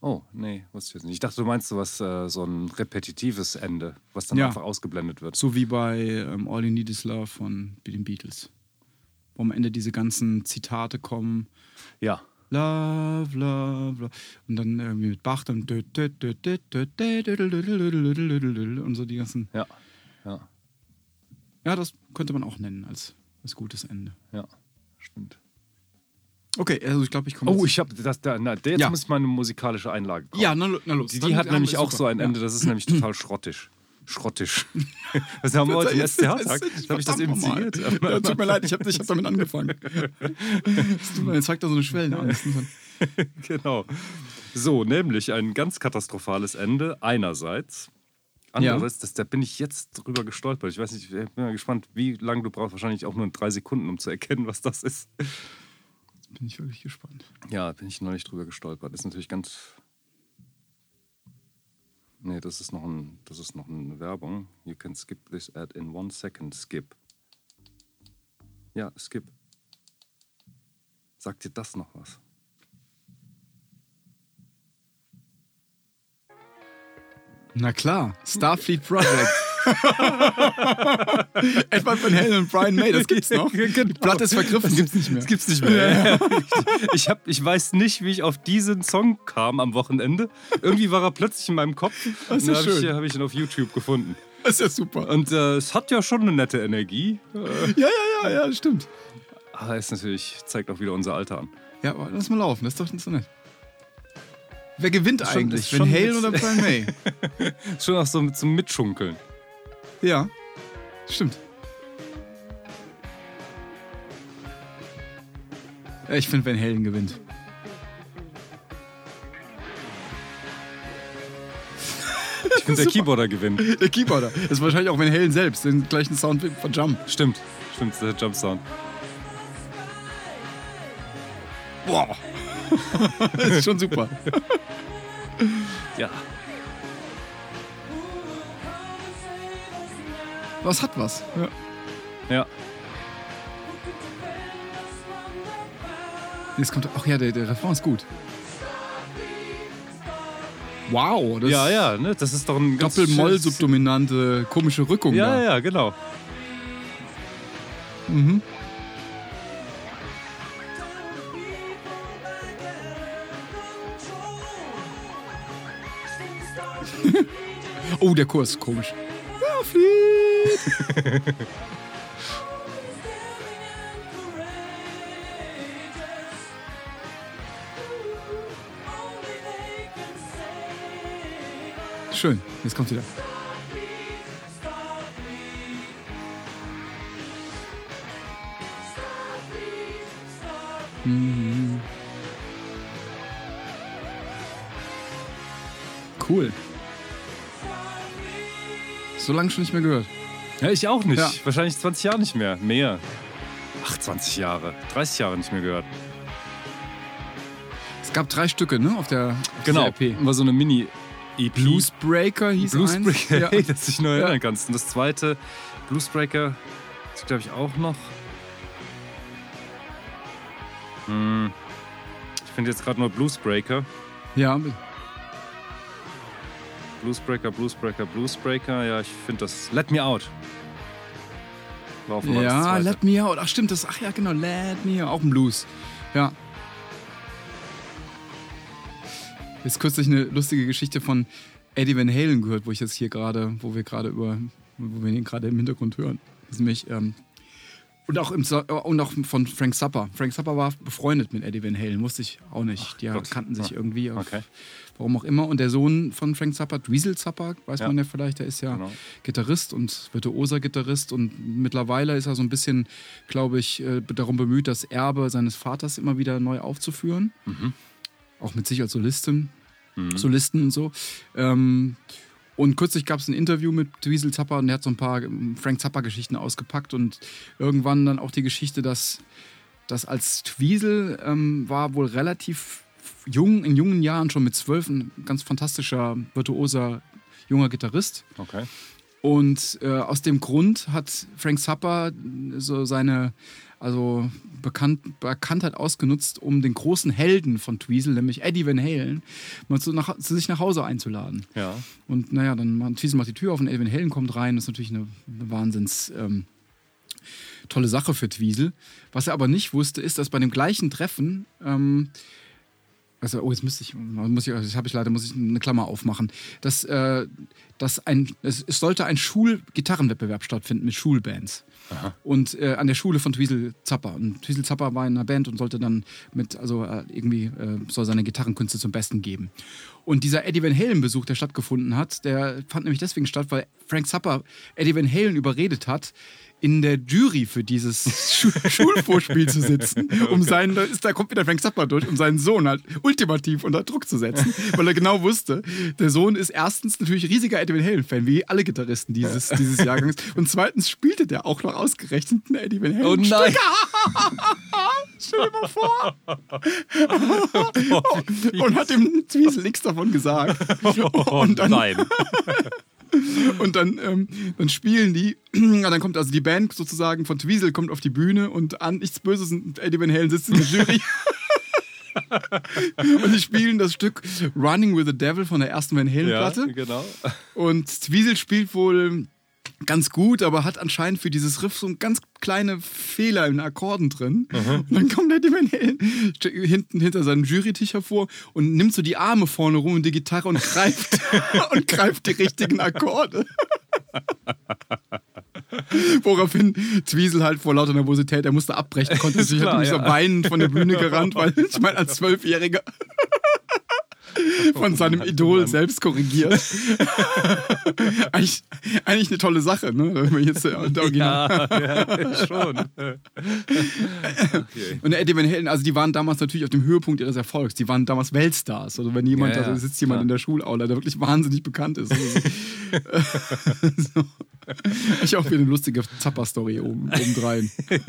Speaker 1: Oh, nee, wusste ich jetzt nicht. Ich dachte, du meinst sowas, äh, so ein repetitives Ende, was dann
Speaker 2: Ja.
Speaker 1: einfach ausgeblendet wird.
Speaker 2: So wie bei ähm, All You Need Is Love von den Beatles. Wo am Ende diese ganzen Zitate kommen.
Speaker 1: Ja.
Speaker 2: Love, love, love. Und dann irgendwie mit Bach dann. dü- dü- dü- dü- dü- dü- dü- dü- dü- dü- dü- dü- dü- dü- Und so die ganzen.
Speaker 1: Ja. Ja.
Speaker 2: Ja, das könnte man auch nennen als, als gutes Ende.
Speaker 1: Ja. Stimmt.
Speaker 2: Okay, also ich glaube, ich komme.
Speaker 1: Oh,
Speaker 2: jetzt-
Speaker 1: ich habe das da. Na, jetzt
Speaker 2: Ja.
Speaker 1: muss ich meine musikalische Einlage kommen.
Speaker 2: Ja, na, lo- na los.
Speaker 1: Die,
Speaker 2: Dann
Speaker 1: die hat
Speaker 2: haben
Speaker 1: nämlich
Speaker 2: wir-
Speaker 1: auch so
Speaker 2: super.
Speaker 1: ein Ende, das ist nämlich total schrottisch.
Speaker 2: [laughs]
Speaker 1: Schrottisch. Das haben wir heute im
Speaker 2: Jetzt- jetzt-
Speaker 1: SCH-Tag.
Speaker 2: jetzt-
Speaker 1: Habe ich das
Speaker 2: verdammt nochmal.
Speaker 1: initiiert?
Speaker 2: Ja, tut mir leid, ich habe ich hab damit angefangen. [laughs] Es tut mir leid, Jetzt zeigt er so
Speaker 1: [laughs]
Speaker 2: eine Schwellenangst.
Speaker 1: [laughs] Genau. So, nämlich ein ganz katastrophales Ende einerseits. Andererseits, das, da bin ich jetzt drüber gestolpert. Ich weiß nicht, ich bin mal gespannt, wie lange du brauchst. Wahrscheinlich auch nur in drei Sekunden, um zu erkennen, was das ist.
Speaker 2: Bin ich wirklich gespannt.
Speaker 1: Ja, bin ich neulich drüber gestolpert. Ist natürlich ganz Nee, das ist noch, ein, das ist noch eine Werbung. You can skip this ad in one second. Skip. Ja, skip. Sagt dir das noch was?
Speaker 2: Na klar, Starfleet [laughs] Project. Edward Van Halen und Brian May, das gibt's
Speaker 1: [laughs]
Speaker 2: noch.
Speaker 1: Genau.
Speaker 2: Das Blatt ist vergriffen, das gibt's nicht mehr.
Speaker 1: Das gibt's nicht mehr. Ich, ich, hab, ich weiß nicht, wie ich auf diesen Song kam am Wochenende. Irgendwie war er plötzlich in meinem Kopf.
Speaker 2: Das
Speaker 1: und
Speaker 2: ist
Speaker 1: dann habe ich,
Speaker 2: schön.
Speaker 1: hab ich ihn auf YouTube gefunden.
Speaker 2: Das ist ja super.
Speaker 1: Und äh, es hat ja schon eine nette Energie. Äh,
Speaker 2: Ja, ja, ja, ja, stimmt.
Speaker 1: Aber es Ah, natürlich, zeigt auch wieder unser Alter an.
Speaker 2: Ja, aber lass mal laufen, das ist doch nicht so nett. Wer gewinnt
Speaker 1: Ist schon- ist
Speaker 2: eigentlich? Van
Speaker 1: schon
Speaker 2: Halen
Speaker 1: jetzt-
Speaker 2: oder Brian [laughs] May?
Speaker 1: Ist Schon auch so mit- zum Mitschunkeln.
Speaker 2: Ja, stimmt. Ja, Ich finde, Van Halen gewinnt.
Speaker 1: Ich finde, der Keyboarder gewinnt.
Speaker 2: Der Keyboarder. Das ist wahrscheinlich auch Van Halen selbst, den gleichen Sound wie von Jump.
Speaker 1: Stimmt, stimmt, der Jump Sound.
Speaker 2: Boah. [laughs] das ist schon super.
Speaker 1: Ja.
Speaker 2: Was hat was? Ja.
Speaker 1: Ja.
Speaker 2: Jetzt kommt. Ach ja, der, der Refrain ist gut. Wow, das
Speaker 1: Ja, ja, ne? Das ist doch ein ganz schönes-
Speaker 2: Doppelmoll-subdominante, komische Rückung.
Speaker 1: Ja,
Speaker 2: da.
Speaker 1: ja, genau.
Speaker 2: Oh, der Chor ist komisch. [laughs] Schön, jetzt kommt wieder. Mhm. Cool. So lange schon nicht mehr gehört.
Speaker 1: Ja, ich auch nicht.
Speaker 2: Ja.
Speaker 1: Wahrscheinlich 20 Jahre nicht mehr. Mehr. Ach, 20 Jahre. 30 Jahre nicht mehr gehört.
Speaker 2: Es gab drei Stücke, ne? Auf der, auf
Speaker 1: Genau.
Speaker 2: dieser EP.
Speaker 1: War so eine Mini-EP.
Speaker 2: Bluesbreaker hieß eins.
Speaker 1: Bluesbreaker,
Speaker 2: Ja.
Speaker 1: hey, [laughs] das dich nur erinnern kannst. Und das zweite, Bluesbreaker, ist glaube ich auch noch. Hm. Ich finde jetzt gerade nur Bluesbreaker.
Speaker 2: [laughs] ja,
Speaker 1: Bluesbreaker, Bluesbreaker, Bluesbreaker. Ja, ich finde das. Let Me Out. War auf Nummer das
Speaker 2: ja
Speaker 1: zweite.
Speaker 2: Let Me Out. Ach stimmt, das, ach ja genau, Let Me Out. Auch ein Blues. Ja. Jetzt kürzlich eine lustige Geschichte von Eddie Van Halen gehört, wo ich jetzt hier gerade, wo wir gerade über, wo wir ihn gerade im Hintergrund hören. Das ist nämlich, ähm, und auch, im, Sa- äh, und auch von Frank Zappa. Frank Zappa war befreundet mit Eddie Van Halen, wusste ich auch nicht. Die
Speaker 1: Gott.
Speaker 2: kannten sich
Speaker 1: Ah,
Speaker 2: irgendwie, auf,
Speaker 1: okay.
Speaker 2: warum auch immer. Und der Sohn von Frank Zappa, Dweezil Zappa, weiß
Speaker 1: Ja.
Speaker 2: man ja vielleicht, der ist ja
Speaker 1: Genau.
Speaker 2: Gitarrist und virtuoser Gitarrist und mittlerweile ist er so ein bisschen, glaube ich, äh, darum bemüht, das Erbe seines Vaters immer wieder neu aufzuführen.
Speaker 1: Mhm.
Speaker 2: Auch mit sich als Solistin, Solisten und so. Ähm, und kürzlich gab es ein Interview mit Dweezil Zappa und der hat so ein paar ähm, Frank Zappa-Geschichten ausgepackt und irgendwann dann auch die Geschichte, dass das als Twiesel ähm, war wohl relativ jung, in jungen Jahren schon mit zwölf ein ganz fantastischer, virtuoser, junger Gitarrist.
Speaker 1: Okay.
Speaker 2: Und äh, aus dem Grund hat Frank Zappa äh, so seine also Bekannt, Bekanntheit ausgenutzt, um den großen Helden von Tweasel, nämlich Eddie Van Halen, mal zu, nach, zu sich nach Hause einzuladen.
Speaker 1: Ja.
Speaker 2: Und naja, dann macht- Tweasel macht die Tür auf und Edwin Helen kommt rein. Das ist natürlich eine, eine wahnsinns ähm, tolle Sache für Tweasel. Was er aber nicht wusste, ist, dass bei dem gleichen Treffen, ähm, also oh, jetzt müsste ich, muss ich, das habe ich leider, muss ich eine Klammer aufmachen, dass, äh, dass ein, es, es sollte ein Schulgitarrenwettbewerb stattfinden mit Schulbands. Und äh, an der Schule von Tweasel Zappa. Und Tweasel Zappa war in einer Band und sollte dann mit, also äh, irgendwie äh, soll seine Gitarrenkünste zum Besten geben. Und dieser Eddie Van Halen-Besuch, der stattgefunden hat, der fand nämlich deswegen statt, weil Frank Zappa Eddie Van Halen überredet hat, in der Jury für dieses Schu Schulvorspiel zu sitzen, um seinen, da, ist, da kommt wieder Frank Zappa durch, um seinen Sohn halt ultimativ unter Druck zu setzen, weil er genau wusste, der Sohn ist erstens natürlich riesiger Eddie Van Halen-Fan, wie alle Gitarristen dieses, dieses Jahrgangs, und zweitens spielte der auch noch ausgerechnet einen Eddie Van Halen.
Speaker 1: Oh nein.
Speaker 2: [laughs] Stell dir mal vor. und hat dem Zwiesel nichts davon gesagt.
Speaker 1: Oh,
Speaker 2: Und dann- [laughs]
Speaker 1: nein.
Speaker 2: Und dann, ähm, dann spielen die, [clears throat] ja, dann kommt also die Band sozusagen von Twiesel kommt auf die Bühne und an nichts Böses und Eddie Van Halen sitzt in der Jury. [laughs] und die spielen das Stück Running with the Devil von der ersten Van
Speaker 1: Ja,
Speaker 2: Halen-Platte.
Speaker 1: genau.
Speaker 2: Und Zwiesel spielt wohl ganz gut, aber hat anscheinend für dieses Riff so ein ganz kleine Fehler in den Akkorden drin.
Speaker 1: Mhm.
Speaker 2: Und dann kommt Eddie Van Halen st- [laughs] hinten hinter seinem Jurytisch hervor und nimmt so die Arme vorne rum in die Gitarre und greift, [laughs] und greift die richtigen Akkorde. [laughs] Woraufhin Zwiesel halt vor lauter Nervosität, er
Speaker 1: [laughs]
Speaker 2: musste abbrechen, konnte sich
Speaker 1: klar,
Speaker 2: hat mich so
Speaker 1: ja.
Speaker 2: weinend von der Bühne
Speaker 1: [laughs]
Speaker 2: gerannt, weil ich meine, als Zwölfjähriger von seinem
Speaker 1: Mann,
Speaker 2: Idol
Speaker 1: Mann.
Speaker 2: selbst korrigiert. eigentlich, eigentlich eine tolle Sache, ne? Wenn man
Speaker 1: [laughs]
Speaker 2: jetzt der der Original.
Speaker 1: Ja, ja
Speaker 2: [laughs]
Speaker 1: schon. Okay.
Speaker 2: Und der Eddie Van Halen, also die waren damals natürlich auf dem Höhepunkt ihres Erfolgs. Die waren damals Weltstars. Also wenn jemand,
Speaker 1: Ja, ja,
Speaker 2: da sitzt jemand
Speaker 1: klar.
Speaker 2: in der Schulaula, der wirklich wahnsinnig bekannt ist. Also, so. [laughs] Ich auch wieder eine lustige Zapper-Story oben, obendrein.
Speaker 1: [laughs]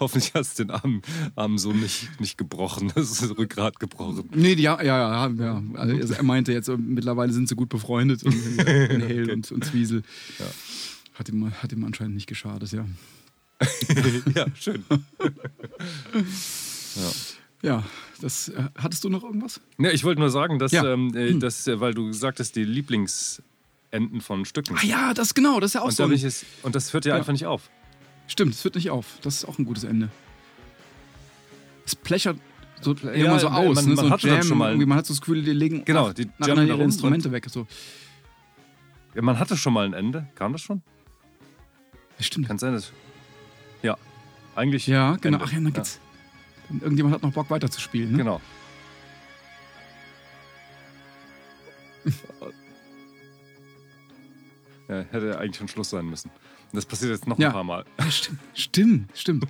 Speaker 1: Hoffentlich hast du den armen, armen Sohn nicht, nicht gebrochen, [laughs] das ist das Rückgrat gebrochen. [laughs]
Speaker 2: Nee, die, ja, ja, ja. ja. Also er meinte jetzt, äh, mittlerweile sind sie gut befreundet. Und, äh, Van
Speaker 1: [laughs]
Speaker 2: Halen und, und Zwiesel. Hat, ihm, hat ihm anscheinend nicht geschadet, ja.
Speaker 1: ja, schön.
Speaker 2: Ja, das, äh, hattest du noch irgendwas?
Speaker 1: Ja, Ne, ich wollte nur sagen, dass,
Speaker 2: Ja.
Speaker 1: ähm, äh, dass äh, weil du gesagt hast, die Lieblingsenden von Stücken.
Speaker 2: Ah ja, das genau, das ist ja auch
Speaker 1: und,
Speaker 2: so.
Speaker 1: da
Speaker 2: ein-
Speaker 1: bin ich es, und das hört ja,
Speaker 2: Ja.
Speaker 1: einfach nicht auf.
Speaker 2: Stimmt, es hört nicht auf. Das ist auch ein gutes Ende. Es plächert so, ja,
Speaker 1: ja,
Speaker 2: immer so
Speaker 1: man-
Speaker 2: aus.
Speaker 1: man-
Speaker 2: ne?
Speaker 1: man
Speaker 2: so
Speaker 1: hatte dann schon mal-
Speaker 2: irgendwie, Man hat so das Gefühl, die legen
Speaker 1: Genau,
Speaker 2: auf-
Speaker 1: die jammen
Speaker 2: nacheinander
Speaker 1: da
Speaker 2: ihre
Speaker 1: rum
Speaker 2: Instrumente weg. So.
Speaker 1: Ja, man hatte schon mal ein Ende, kam das schon?
Speaker 2: Ja, stimmt.
Speaker 1: Kann sein, dass. Ja, eigentlich.
Speaker 2: Ja, genau.
Speaker 1: Ende.
Speaker 2: Ach ja, dann geht's. dann Irgendjemand hat noch Bock weiterzuspielen. Ne?
Speaker 1: Genau. [laughs] ja, hätte eigentlich schon Schluss sein müssen. Und Das passiert jetzt noch
Speaker 2: Ja.
Speaker 1: ein paar Mal.
Speaker 2: Ja, stimmt, stimmt,
Speaker 1: [laughs]
Speaker 2: stimmt.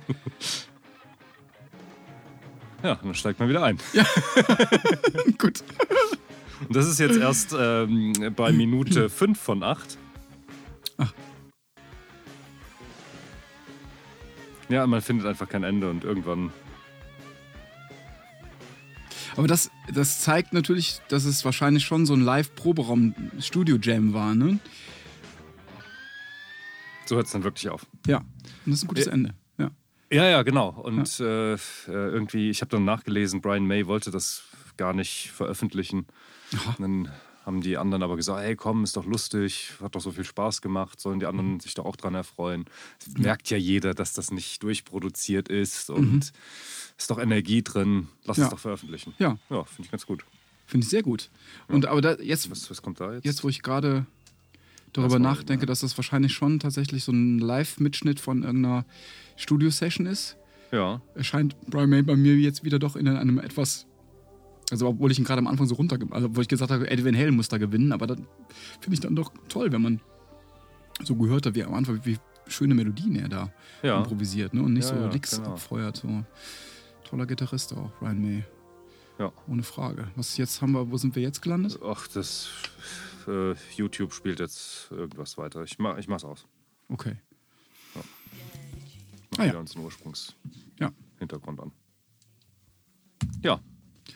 Speaker 1: Ja, dann steigt man wieder ein.
Speaker 2: Gut.
Speaker 1: Und das ist jetzt erst ähm, bei
Speaker 2: [clears throat]
Speaker 1: Minute 5 von 8.
Speaker 2: Ach.
Speaker 1: Ja, man findet einfach kein Ende und irgendwann.
Speaker 2: Aber das, das zeigt natürlich, dass es wahrscheinlich schon so ein Live-Proberaum-Studio-Jam war. Ne?
Speaker 1: So hört es dann wirklich auf.
Speaker 2: Ja. Und das ist ein gutes
Speaker 1: Ja.
Speaker 2: Ende. Ja.
Speaker 1: Ja, ja, genau. Und Äh, äh, irgendwie, ich habe dann nachgelesen, Brian May wollte das gar nicht veröffentlichen.
Speaker 2: Aha.
Speaker 1: Und Dann haben die anderen aber gesagt, hey komm, ist doch lustig, hat doch so viel Spaß gemacht, sollen die
Speaker 2: Mhm.
Speaker 1: anderen sich da auch dran erfreuen. Es merkt ja jeder, dass das nicht durchproduziert ist und ist doch Energie drin, lass
Speaker 2: Mhm. Ja.
Speaker 1: es doch veröffentlichen.
Speaker 2: Ja.
Speaker 1: Ja, finde ich ganz gut.
Speaker 2: Finde ich sehr gut. Und aber da, jetzt,
Speaker 1: Was, was kommt da jetzt?
Speaker 2: jetzt, wo ich gerade darüber
Speaker 1: Das war-
Speaker 2: nachdenke, dass das wahrscheinlich schon tatsächlich so ein Live-Mitschnitt von irgendeiner Studio-Session ist,
Speaker 1: Ja,
Speaker 2: erscheint Brian May bei mir jetzt wieder doch in einem etwas. Also, obwohl ich ihn gerade am Anfang so runter, also obwohl ich gesagt habe, Eddie Van Halen muss da gewinnen, aber das finde ich dann doch toll, wenn man so gehört hat, wie am Anfang, wie schöne Melodien er da
Speaker 1: Ja.
Speaker 2: improvisiert ne? und nicht
Speaker 1: Ja,
Speaker 2: so
Speaker 1: ja,
Speaker 2: nix
Speaker 1: genau.
Speaker 2: abfeuert. So. Toller Gitarrist auch, Brian May,
Speaker 1: ja.
Speaker 2: ohne Frage. Was jetzt haben wir, wo sind wir jetzt gelandet?
Speaker 1: Ach, das äh, YouTube spielt jetzt irgendwas weiter. Ich, mach, ich mach's aus.
Speaker 2: Okay.
Speaker 1: Mach
Speaker 2: Ah, ja.
Speaker 1: wieder unseren Ursprungshintergrund
Speaker 2: Ja,
Speaker 1: an. Ja,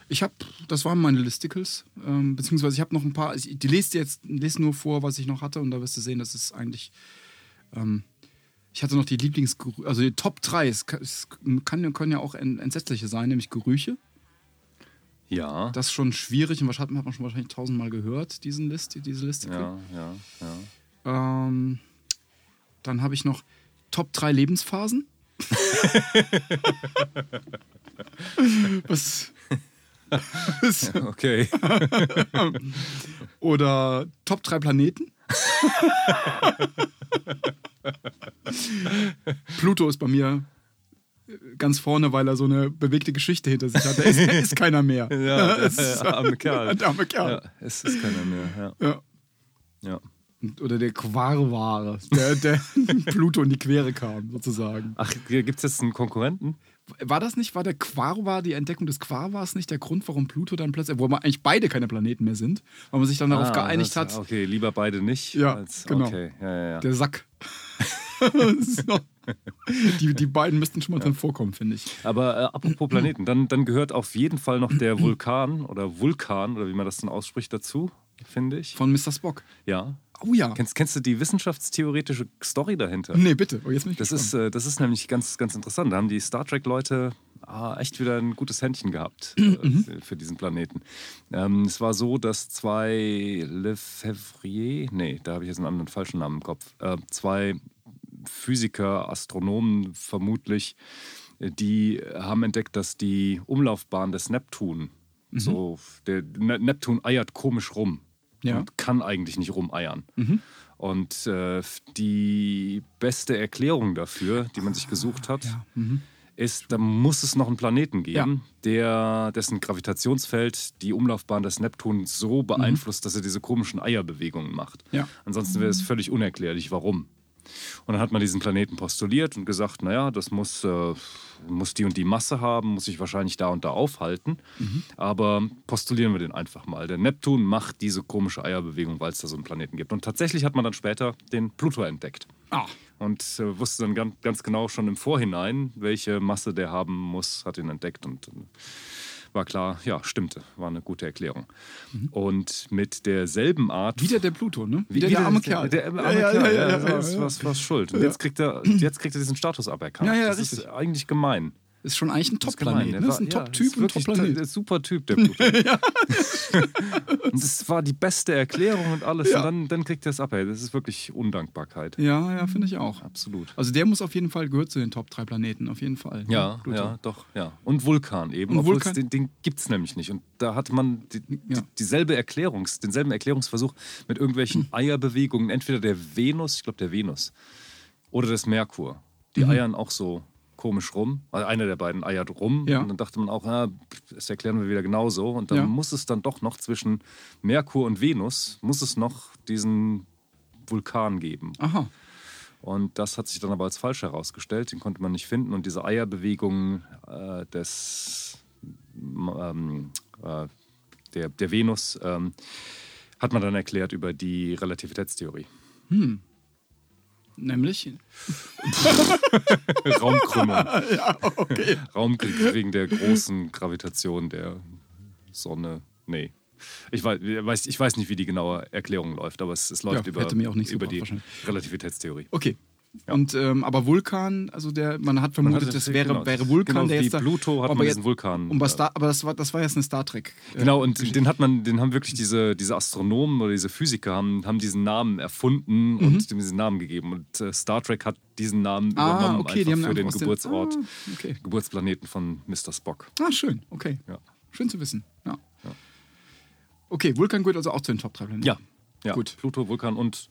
Speaker 2: Ich habe, das waren meine Listicles, ähm, beziehungsweise ich habe noch ein paar, ich, die lest jetzt, lest nur vor, was ich noch hatte und da wirst du sehen, das ist eigentlich, ähm, ich hatte noch die Lieblings, also die Top 3, es, kann, es kann, können ja auch en- entsetzliche sein, nämlich Gerüche.
Speaker 1: ja.
Speaker 2: Das ist schon schwierig und wahrscheinlich hat man schon wahrscheinlich tausendmal gehört, diesen List, diese Listicle.
Speaker 1: Ja, ja, ja.
Speaker 2: Ähm, dann habe ich noch Top 3 Lebensphasen. [laughs] was, [laughs]
Speaker 1: [laughs]
Speaker 2: was,
Speaker 1: Okay.
Speaker 2: Oder Top 3 Planeten. Pluto ist bei mir äh, ganz vorne, weil er so eine bewegte Geschichte hinter sich hat. Da ist, ist keiner [laughs] mehr.
Speaker 1: [laughs] Ja,
Speaker 2: Es ist-
Speaker 1: ja, arme Kerl.
Speaker 2: Der [laughs] arme Kerl.
Speaker 1: Ja, es ist keiner mehr.
Speaker 2: Ja.
Speaker 1: Ja. ja.
Speaker 2: Oder der Quarware, der, der [laughs] Pluto in die Quere kam, sozusagen.
Speaker 1: Ach, gibt es jetzt einen Konkurrenten?
Speaker 2: War das nicht, war der Quarwar, die Entdeckung des Quarwars nicht der Grund, warum Pluto dann plötzlich, wo man eigentlich beide keine Planeten mehr sind, weil man sich dann darauf
Speaker 1: Ah,
Speaker 2: geeinigt
Speaker 1: das-
Speaker 2: hat,
Speaker 1: Okay, lieber beide nicht.
Speaker 2: Ja, genau.
Speaker 1: Okay, ja, ja, ja.
Speaker 2: der Sack. [laughs] so. die, die beiden müssten schon mal drin vorkommen, finde ich.
Speaker 1: Aber äh, apropos Planeten, dann, dann gehört auf jeden Fall noch der Vulkan oder Vulkan oder wie man das dann ausspricht dazu, finde ich.
Speaker 2: Von Mr. Spock.
Speaker 1: Ja.
Speaker 2: Oh ja.
Speaker 1: Kennst, kennst du die wissenschaftstheoretische Story dahinter?
Speaker 2: Nee, bitte. Oh, jetzt bin ich
Speaker 1: Das
Speaker 2: gespannt.
Speaker 1: ist, äh, das ist nämlich ganz, ganz interessant. Da haben die Star Trek-Leute ah, echt wieder ein gutes Händchen gehabt äh, für diesen Planeten. Ähm, es war so, dass zwei Lefevrier, nee, da habe ich jetzt einen anderen falschen Namen im Kopf, äh, zwei Physiker, Astronomen vermutlich, äh, die haben entdeckt, dass die Umlaufbahn des Neptun, so, der ne Neptun eiert komisch rum
Speaker 2: Ja.
Speaker 1: und kann eigentlich nicht rumeiern. Und äh, die beste Erklärung dafür, die man sich gesucht hat, ist, da muss es noch einen Planeten geben, der, dessen Gravitationsfeld die Umlaufbahn des Neptun so beeinflusst, dass er diese komischen Eierbewegungen macht.
Speaker 2: Ja.
Speaker 1: Ansonsten wäre es völlig unerklärlich, warum. Und dann hat man diesen Planeten postuliert und gesagt, naja, das muss, äh, muss die und die Masse haben, muss sich wahrscheinlich da und da aufhalten. Aber postulieren wir den einfach mal. Der Neptun macht diese komische Eierbewegung, weil es da so einen Planeten gibt. Und tatsächlich hat man dann später den Pluto entdeckt.
Speaker 2: Ah.
Speaker 1: Und äh, wusste dann ganz, ganz genau schon im Vorhinein, welche Masse der haben muss, hat ihn entdeckt und äh, war klar, ja, stimmte, war eine gute Erklärung. Und mit derselben Art
Speaker 2: Wieder der Pluto, ne? Wieder, der arme Kerl.
Speaker 1: der arme Kerl, ja, was, was, was schuld. Und jetzt, kriegt er, jetzt kriegt er diesen Status aberkannt.
Speaker 2: Ja, ja,
Speaker 1: das ist
Speaker 2: richtig.
Speaker 1: eigentlich gemein.
Speaker 2: Ist schon eigentlich ein
Speaker 1: Das ist gemein.
Speaker 2: Top-Planet.
Speaker 1: Der
Speaker 2: Ne? Ist ein
Speaker 1: war- ja,
Speaker 2: Top-Typ,
Speaker 1: ist
Speaker 2: ein
Speaker 1: wirklich
Speaker 2: Top-Planet.
Speaker 1: der super Typ, der
Speaker 2: [laughs]
Speaker 1: Pluto. [laughs] Und das war die beste Erklärung und alles.
Speaker 2: Ja.
Speaker 1: Und dann, dann kriegt er es ab. Ey. Das ist wirklich Undankbarkeit.
Speaker 2: Ja, ja, finde ich auch.
Speaker 1: Absolut.
Speaker 2: Also der muss auf jeden Fall, gehört zu den Top 3 Planeten, auf jeden Fall. ne?
Speaker 1: Ja,
Speaker 2: Pluto.
Speaker 1: ja, doch, ja. Und Vulkan eben.
Speaker 2: Und
Speaker 1: obwohl
Speaker 2: Vulkan.
Speaker 1: es Den, den gibt es nämlich nicht. Und da hat man die,
Speaker 2: Ja.
Speaker 1: die, dieselbe Erklärungs, denselben Erklärungsversuch mit
Speaker 2: Hm.
Speaker 1: irgendwelchen Eierbewegungen, entweder der Venus, ich glaube der Venus, oder des Merkur. Die
Speaker 2: Mhm.
Speaker 1: eiern auch so komisch rum. Also einer der beiden eiert rum.
Speaker 2: Ja.
Speaker 1: Und dann dachte man auch, na, das erklären wir wieder genauso. Und dann
Speaker 2: Ja.
Speaker 1: muss es dann doch noch zwischen Merkur und Venus, muss es noch diesen Vulkan geben.
Speaker 2: Aha.
Speaker 1: Und das hat sich dann aber als falsch herausgestellt. Den konnte man nicht finden. Und diese Eierbewegungen äh, des, ähm, äh, der, der Venus ähm, hat man dann erklärt über die Relativitätstheorie.
Speaker 2: Nämlich.
Speaker 1: [laughs] [laughs] Raumkrümmung. Raumkrieg wegen der großen Gravitation der Sonne. Nee. Ich weiß, weiß- ich weiß nicht, wie die genaue Erklärung läuft, aber es, es läuft
Speaker 2: Ja,
Speaker 1: über,
Speaker 2: hätte mir auch nichts
Speaker 1: über die
Speaker 2: gebracht,
Speaker 1: Relativitätstheorie.
Speaker 2: Okay. Und ähm, aber Vulkan, also der, man hat vermutet,
Speaker 1: hatte-
Speaker 2: das wäre,
Speaker 1: genau,
Speaker 2: wäre Vulkan,
Speaker 1: genau
Speaker 2: der
Speaker 1: wie
Speaker 2: jetzt da,
Speaker 1: Pluto hat
Speaker 2: aber
Speaker 1: man
Speaker 2: jetzt-
Speaker 1: diesen Vulkan,
Speaker 2: Und was
Speaker 1: äh,
Speaker 2: da, aber das war, das war jetzt eine Star Trek. äh,
Speaker 1: Genau, und den hat man, den haben wirklich diese, diese Astronomen oder diese Physiker haben, haben diesen Namen erfunden
Speaker 2: Mhm.
Speaker 1: und dem diesen Namen gegeben. Und äh, Star Trek hat diesen Namen
Speaker 2: Ah,
Speaker 1: übernommen
Speaker 2: okay, die haben
Speaker 1: einfach für den
Speaker 2: einfach aus
Speaker 1: Geburtsort,
Speaker 2: Ah, okay.
Speaker 1: Geburtsplaneten von Mr. Spock.
Speaker 2: Ah, schön, okay.
Speaker 1: Ja.
Speaker 2: Schön zu wissen. Ja. Okay, Vulkan gehört also auch zu den Top 3 Planeten.
Speaker 1: Ja, ja.
Speaker 2: Gut.
Speaker 1: Pluto, Vulkan und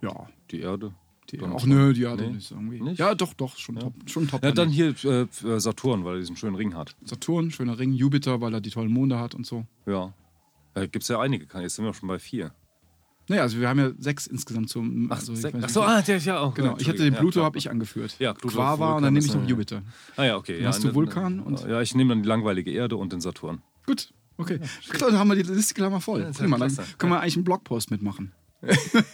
Speaker 2: Ja.
Speaker 1: die Erde.
Speaker 2: Die,
Speaker 1: Dann-
Speaker 2: auch nö, die hatte
Speaker 1: Nee,
Speaker 2: ist irgendwie.
Speaker 1: nicht?
Speaker 2: Ja, doch, doch, schon top. Schon top
Speaker 1: Ja, dann
Speaker 2: Planet.
Speaker 1: hier äh, Saturn, weil er diesen schönen Ring hat.
Speaker 2: Saturn, schöner Ring, Jupiter, weil er die tollen Monde hat und so.
Speaker 1: Ja. Da gibt es ja einige. Jetzt sind wir schon bei vier.
Speaker 2: Naja, also wir haben ja sechs insgesamt zum.
Speaker 1: Ach,
Speaker 2: also ich
Speaker 1: sech-
Speaker 2: weiß
Speaker 1: ach
Speaker 2: nicht.
Speaker 1: so, ah, der, ja, auch.
Speaker 2: Genau, ich hatte den Pluto,
Speaker 1: ja,
Speaker 2: habe ich angeführt.
Speaker 1: Ja, Pluto,
Speaker 2: Quava und
Speaker 1: Vulkan
Speaker 2: dann nehme
Speaker 1: ist
Speaker 2: ich noch
Speaker 1: ja-
Speaker 2: Jupiter.
Speaker 1: Ah ja, okay. ja,
Speaker 2: hast du
Speaker 1: dann-
Speaker 2: Vulkan und-
Speaker 1: Ja, ich nehme dann die langweilige Erde und den Saturn.
Speaker 2: Gut, okay. Klar, dann haben wir die Liste gleich mal voll.
Speaker 1: ist ja
Speaker 2: Prima, dann
Speaker 1: klasse.
Speaker 2: können wir eigentlich einen
Speaker 1: [laughs]
Speaker 2: Blogpost mitmachen.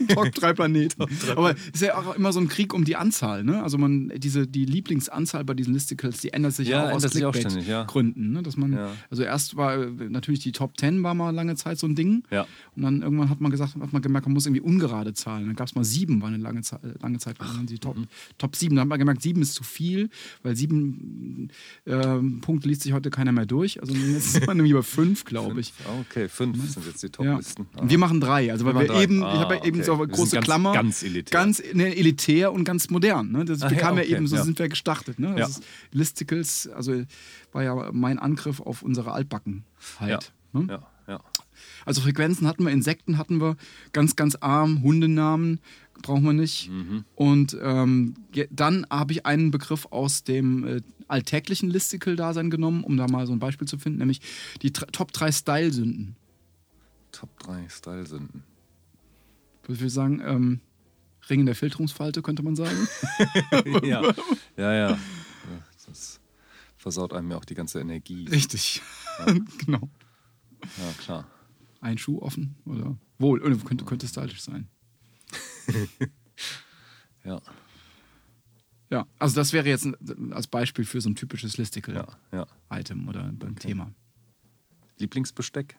Speaker 2: Top drei Planeten. Aber es ist ja auch immer so ein Krieg um die Anzahl, ne? Also man, diese, die Lieblingsanzahl bei diesen Listicles, die ändert sich
Speaker 1: Ja,
Speaker 2: auch aus
Speaker 1: ändert sich auch
Speaker 2: Clickbait-Gründen.
Speaker 1: ständig, ja.
Speaker 2: ne? Dass man,
Speaker 1: Ja.
Speaker 2: also erst war äh, natürlich die Top 10 war mal lange Zeit so ein Ding.
Speaker 1: Ja.
Speaker 2: Und dann irgendwann hat man gesagt, hat man gemerkt, man muss irgendwie ungerade Zahlen. Dann gab es mal sieben, war eine lange Zeit, äh, lange Zeit waren die
Speaker 1: mhm.
Speaker 2: Top, Top sieben. Dann hat man gemerkt, sieben ist zu viel, weil sieben ähm, Punkte liest sich heute keiner mehr durch. Also jetzt ist man [laughs] nämlich über fünf, glaube ich.
Speaker 1: Ah, Okay, fünf sind jetzt die
Speaker 2: Ne? Ja.
Speaker 1: Top-Listen. Ah.
Speaker 2: Und wir machen drei, also weil
Speaker 1: Wir
Speaker 2: wir,
Speaker 1: machen drei.
Speaker 2: eben,
Speaker 1: Ah,
Speaker 2: ich habe ja eben
Speaker 1: okay.
Speaker 2: so
Speaker 1: Wir
Speaker 2: eine
Speaker 1: sind
Speaker 2: große
Speaker 1: ganz-
Speaker 2: Klammer,
Speaker 1: ganz elitär.
Speaker 2: ganz ne, elitär und ganz modern. Ne? Das
Speaker 1: Ah, ja,
Speaker 2: bekam ja,
Speaker 1: okay,
Speaker 2: eben, so
Speaker 1: ja.
Speaker 2: sind wir gestartet. Ne? Das
Speaker 1: Ja.
Speaker 2: ist Listicles, also war ja mein Angriff auf unsere Altbacken
Speaker 1: ja.
Speaker 2: halt. Ne?
Speaker 1: ja, ja.
Speaker 2: Also Frequenzen hatten wir, Insekten hatten wir, ganz, ganz arm, Hundenamen brauchen wir nicht.
Speaker 1: Mhm.
Speaker 2: Und ähm, je- dann habe ich einen Begriff aus dem äh, alltäglichen Listicle-Dasein genommen, um da mal so ein Beispiel zu finden, nämlich die Tr- Top 3 Style-Sünden.
Speaker 1: Top 3
Speaker 2: [laughs]
Speaker 1: Style-Sünden.
Speaker 2: Ich würde sagen, ähm, Ring in der Filterungsfalte, könnte
Speaker 1: [laughs]
Speaker 2: man sagen.
Speaker 1: ja. ja, ja. Das versaut einem ja auch die ganze Energie.
Speaker 2: Richtig. [laughs] genau.
Speaker 1: Ja, klar.
Speaker 2: Ein Schuh offen oder wohl, oder könnte, könnte stylisch sein.
Speaker 1: Ja.
Speaker 2: Ja, also das wäre jetzt ein- als Beispiel für so ein typisches Listicle-Item
Speaker 1: Ja, ja.
Speaker 2: oder ein Thema.
Speaker 1: Lieblingsbesteck?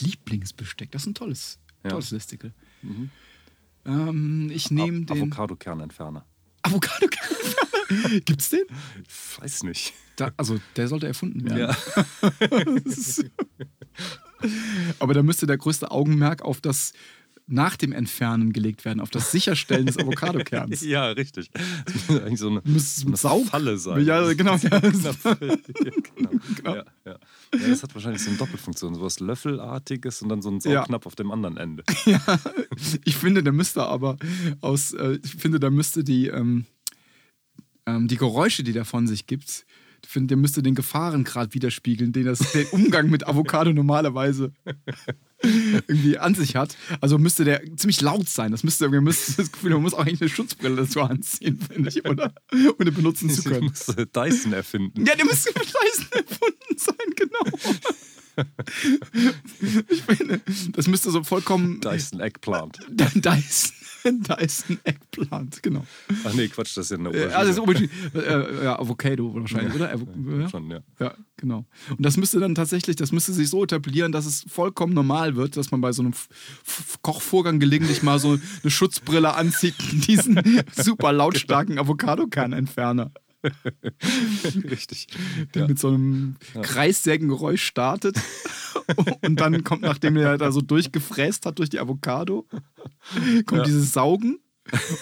Speaker 2: Lieblingsbesteck, das ist ein tolles,
Speaker 1: Ja. Mhm.
Speaker 2: tolles Listicle. Ähm, ich nehme
Speaker 1: Av-
Speaker 2: den.
Speaker 1: Avocado-Kernentferner.
Speaker 2: Avocado.
Speaker 1: [laughs]
Speaker 2: Gibt's den?
Speaker 1: Ich Weiß nicht.
Speaker 2: Da, also der sollte erfunden werden. Das ist- Aber da müsste der größte Augenmerk auf das nach dem Entfernen gelegt werden, auf das Sicherstellen
Speaker 1: [laughs]
Speaker 2: des Avocadokerns.
Speaker 1: Ja, richtig. Das muss eigentlich so eine,
Speaker 2: Müsste es mit
Speaker 1: so
Speaker 2: Saug-
Speaker 1: eine Falle sein. [laughs]
Speaker 2: Ja, genau. Ja.
Speaker 1: ja, genau. Ja, ja. ja, das hat wahrscheinlich so eine Doppelfunktion, sowas Löffelartiges und dann so ein
Speaker 2: Ja.
Speaker 1: Saugknapp auf dem anderen Ende. [laughs]
Speaker 2: Ich finde, der müsste aber aus, äh, ich finde, der müsste die, ähm, ähm, die Geräusche, die der von sich gibt, ich finde, der müsste den Gefahrengrad widerspiegeln, den das, der Umgang mit Avocado normalerweise irgendwie an sich hat. Also müsste der ziemlich laut sein. Das müsste, man müsste das Gefühl, man muss auch eigentlich eine Schutzbrille dazu anziehen, finde ich, oder? Um den benutzen zu
Speaker 1: Du
Speaker 2: können.
Speaker 1: musst äh, Dyson erfinden.
Speaker 2: Ja, der müsste mit Scheißen erfunden sein, genau. Ich finde, das müsste so vollkommen
Speaker 1: Dyson Eggplant.
Speaker 2: [laughs] Dyson, Dyson Eggplant, genau.
Speaker 1: Ach nee, Quatsch, das ist ja eine
Speaker 2: Äh,
Speaker 1: Aubergine.
Speaker 2: also, Aubergine- äh, ja, Avocado wahrscheinlich, oder? Avo- ja.
Speaker 1: Schon, ja. [laughs]
Speaker 2: ja, genau. Und das müsste dann tatsächlich, das müsste sich so etablieren, dass es vollkommen normal wird, dass man bei so einem F F Kochvorgang gelegentlich mal so eine Schutzbrille anzieht, diesen [laughs] super lautstarken Avocadokernentferner,
Speaker 1: Richtig.
Speaker 2: der mit so einem Kreissägengeräusch startet. [laughs] Und dann kommt, nachdem er da so durchgefräst hat durch die Avocado, kommt dieses Saugen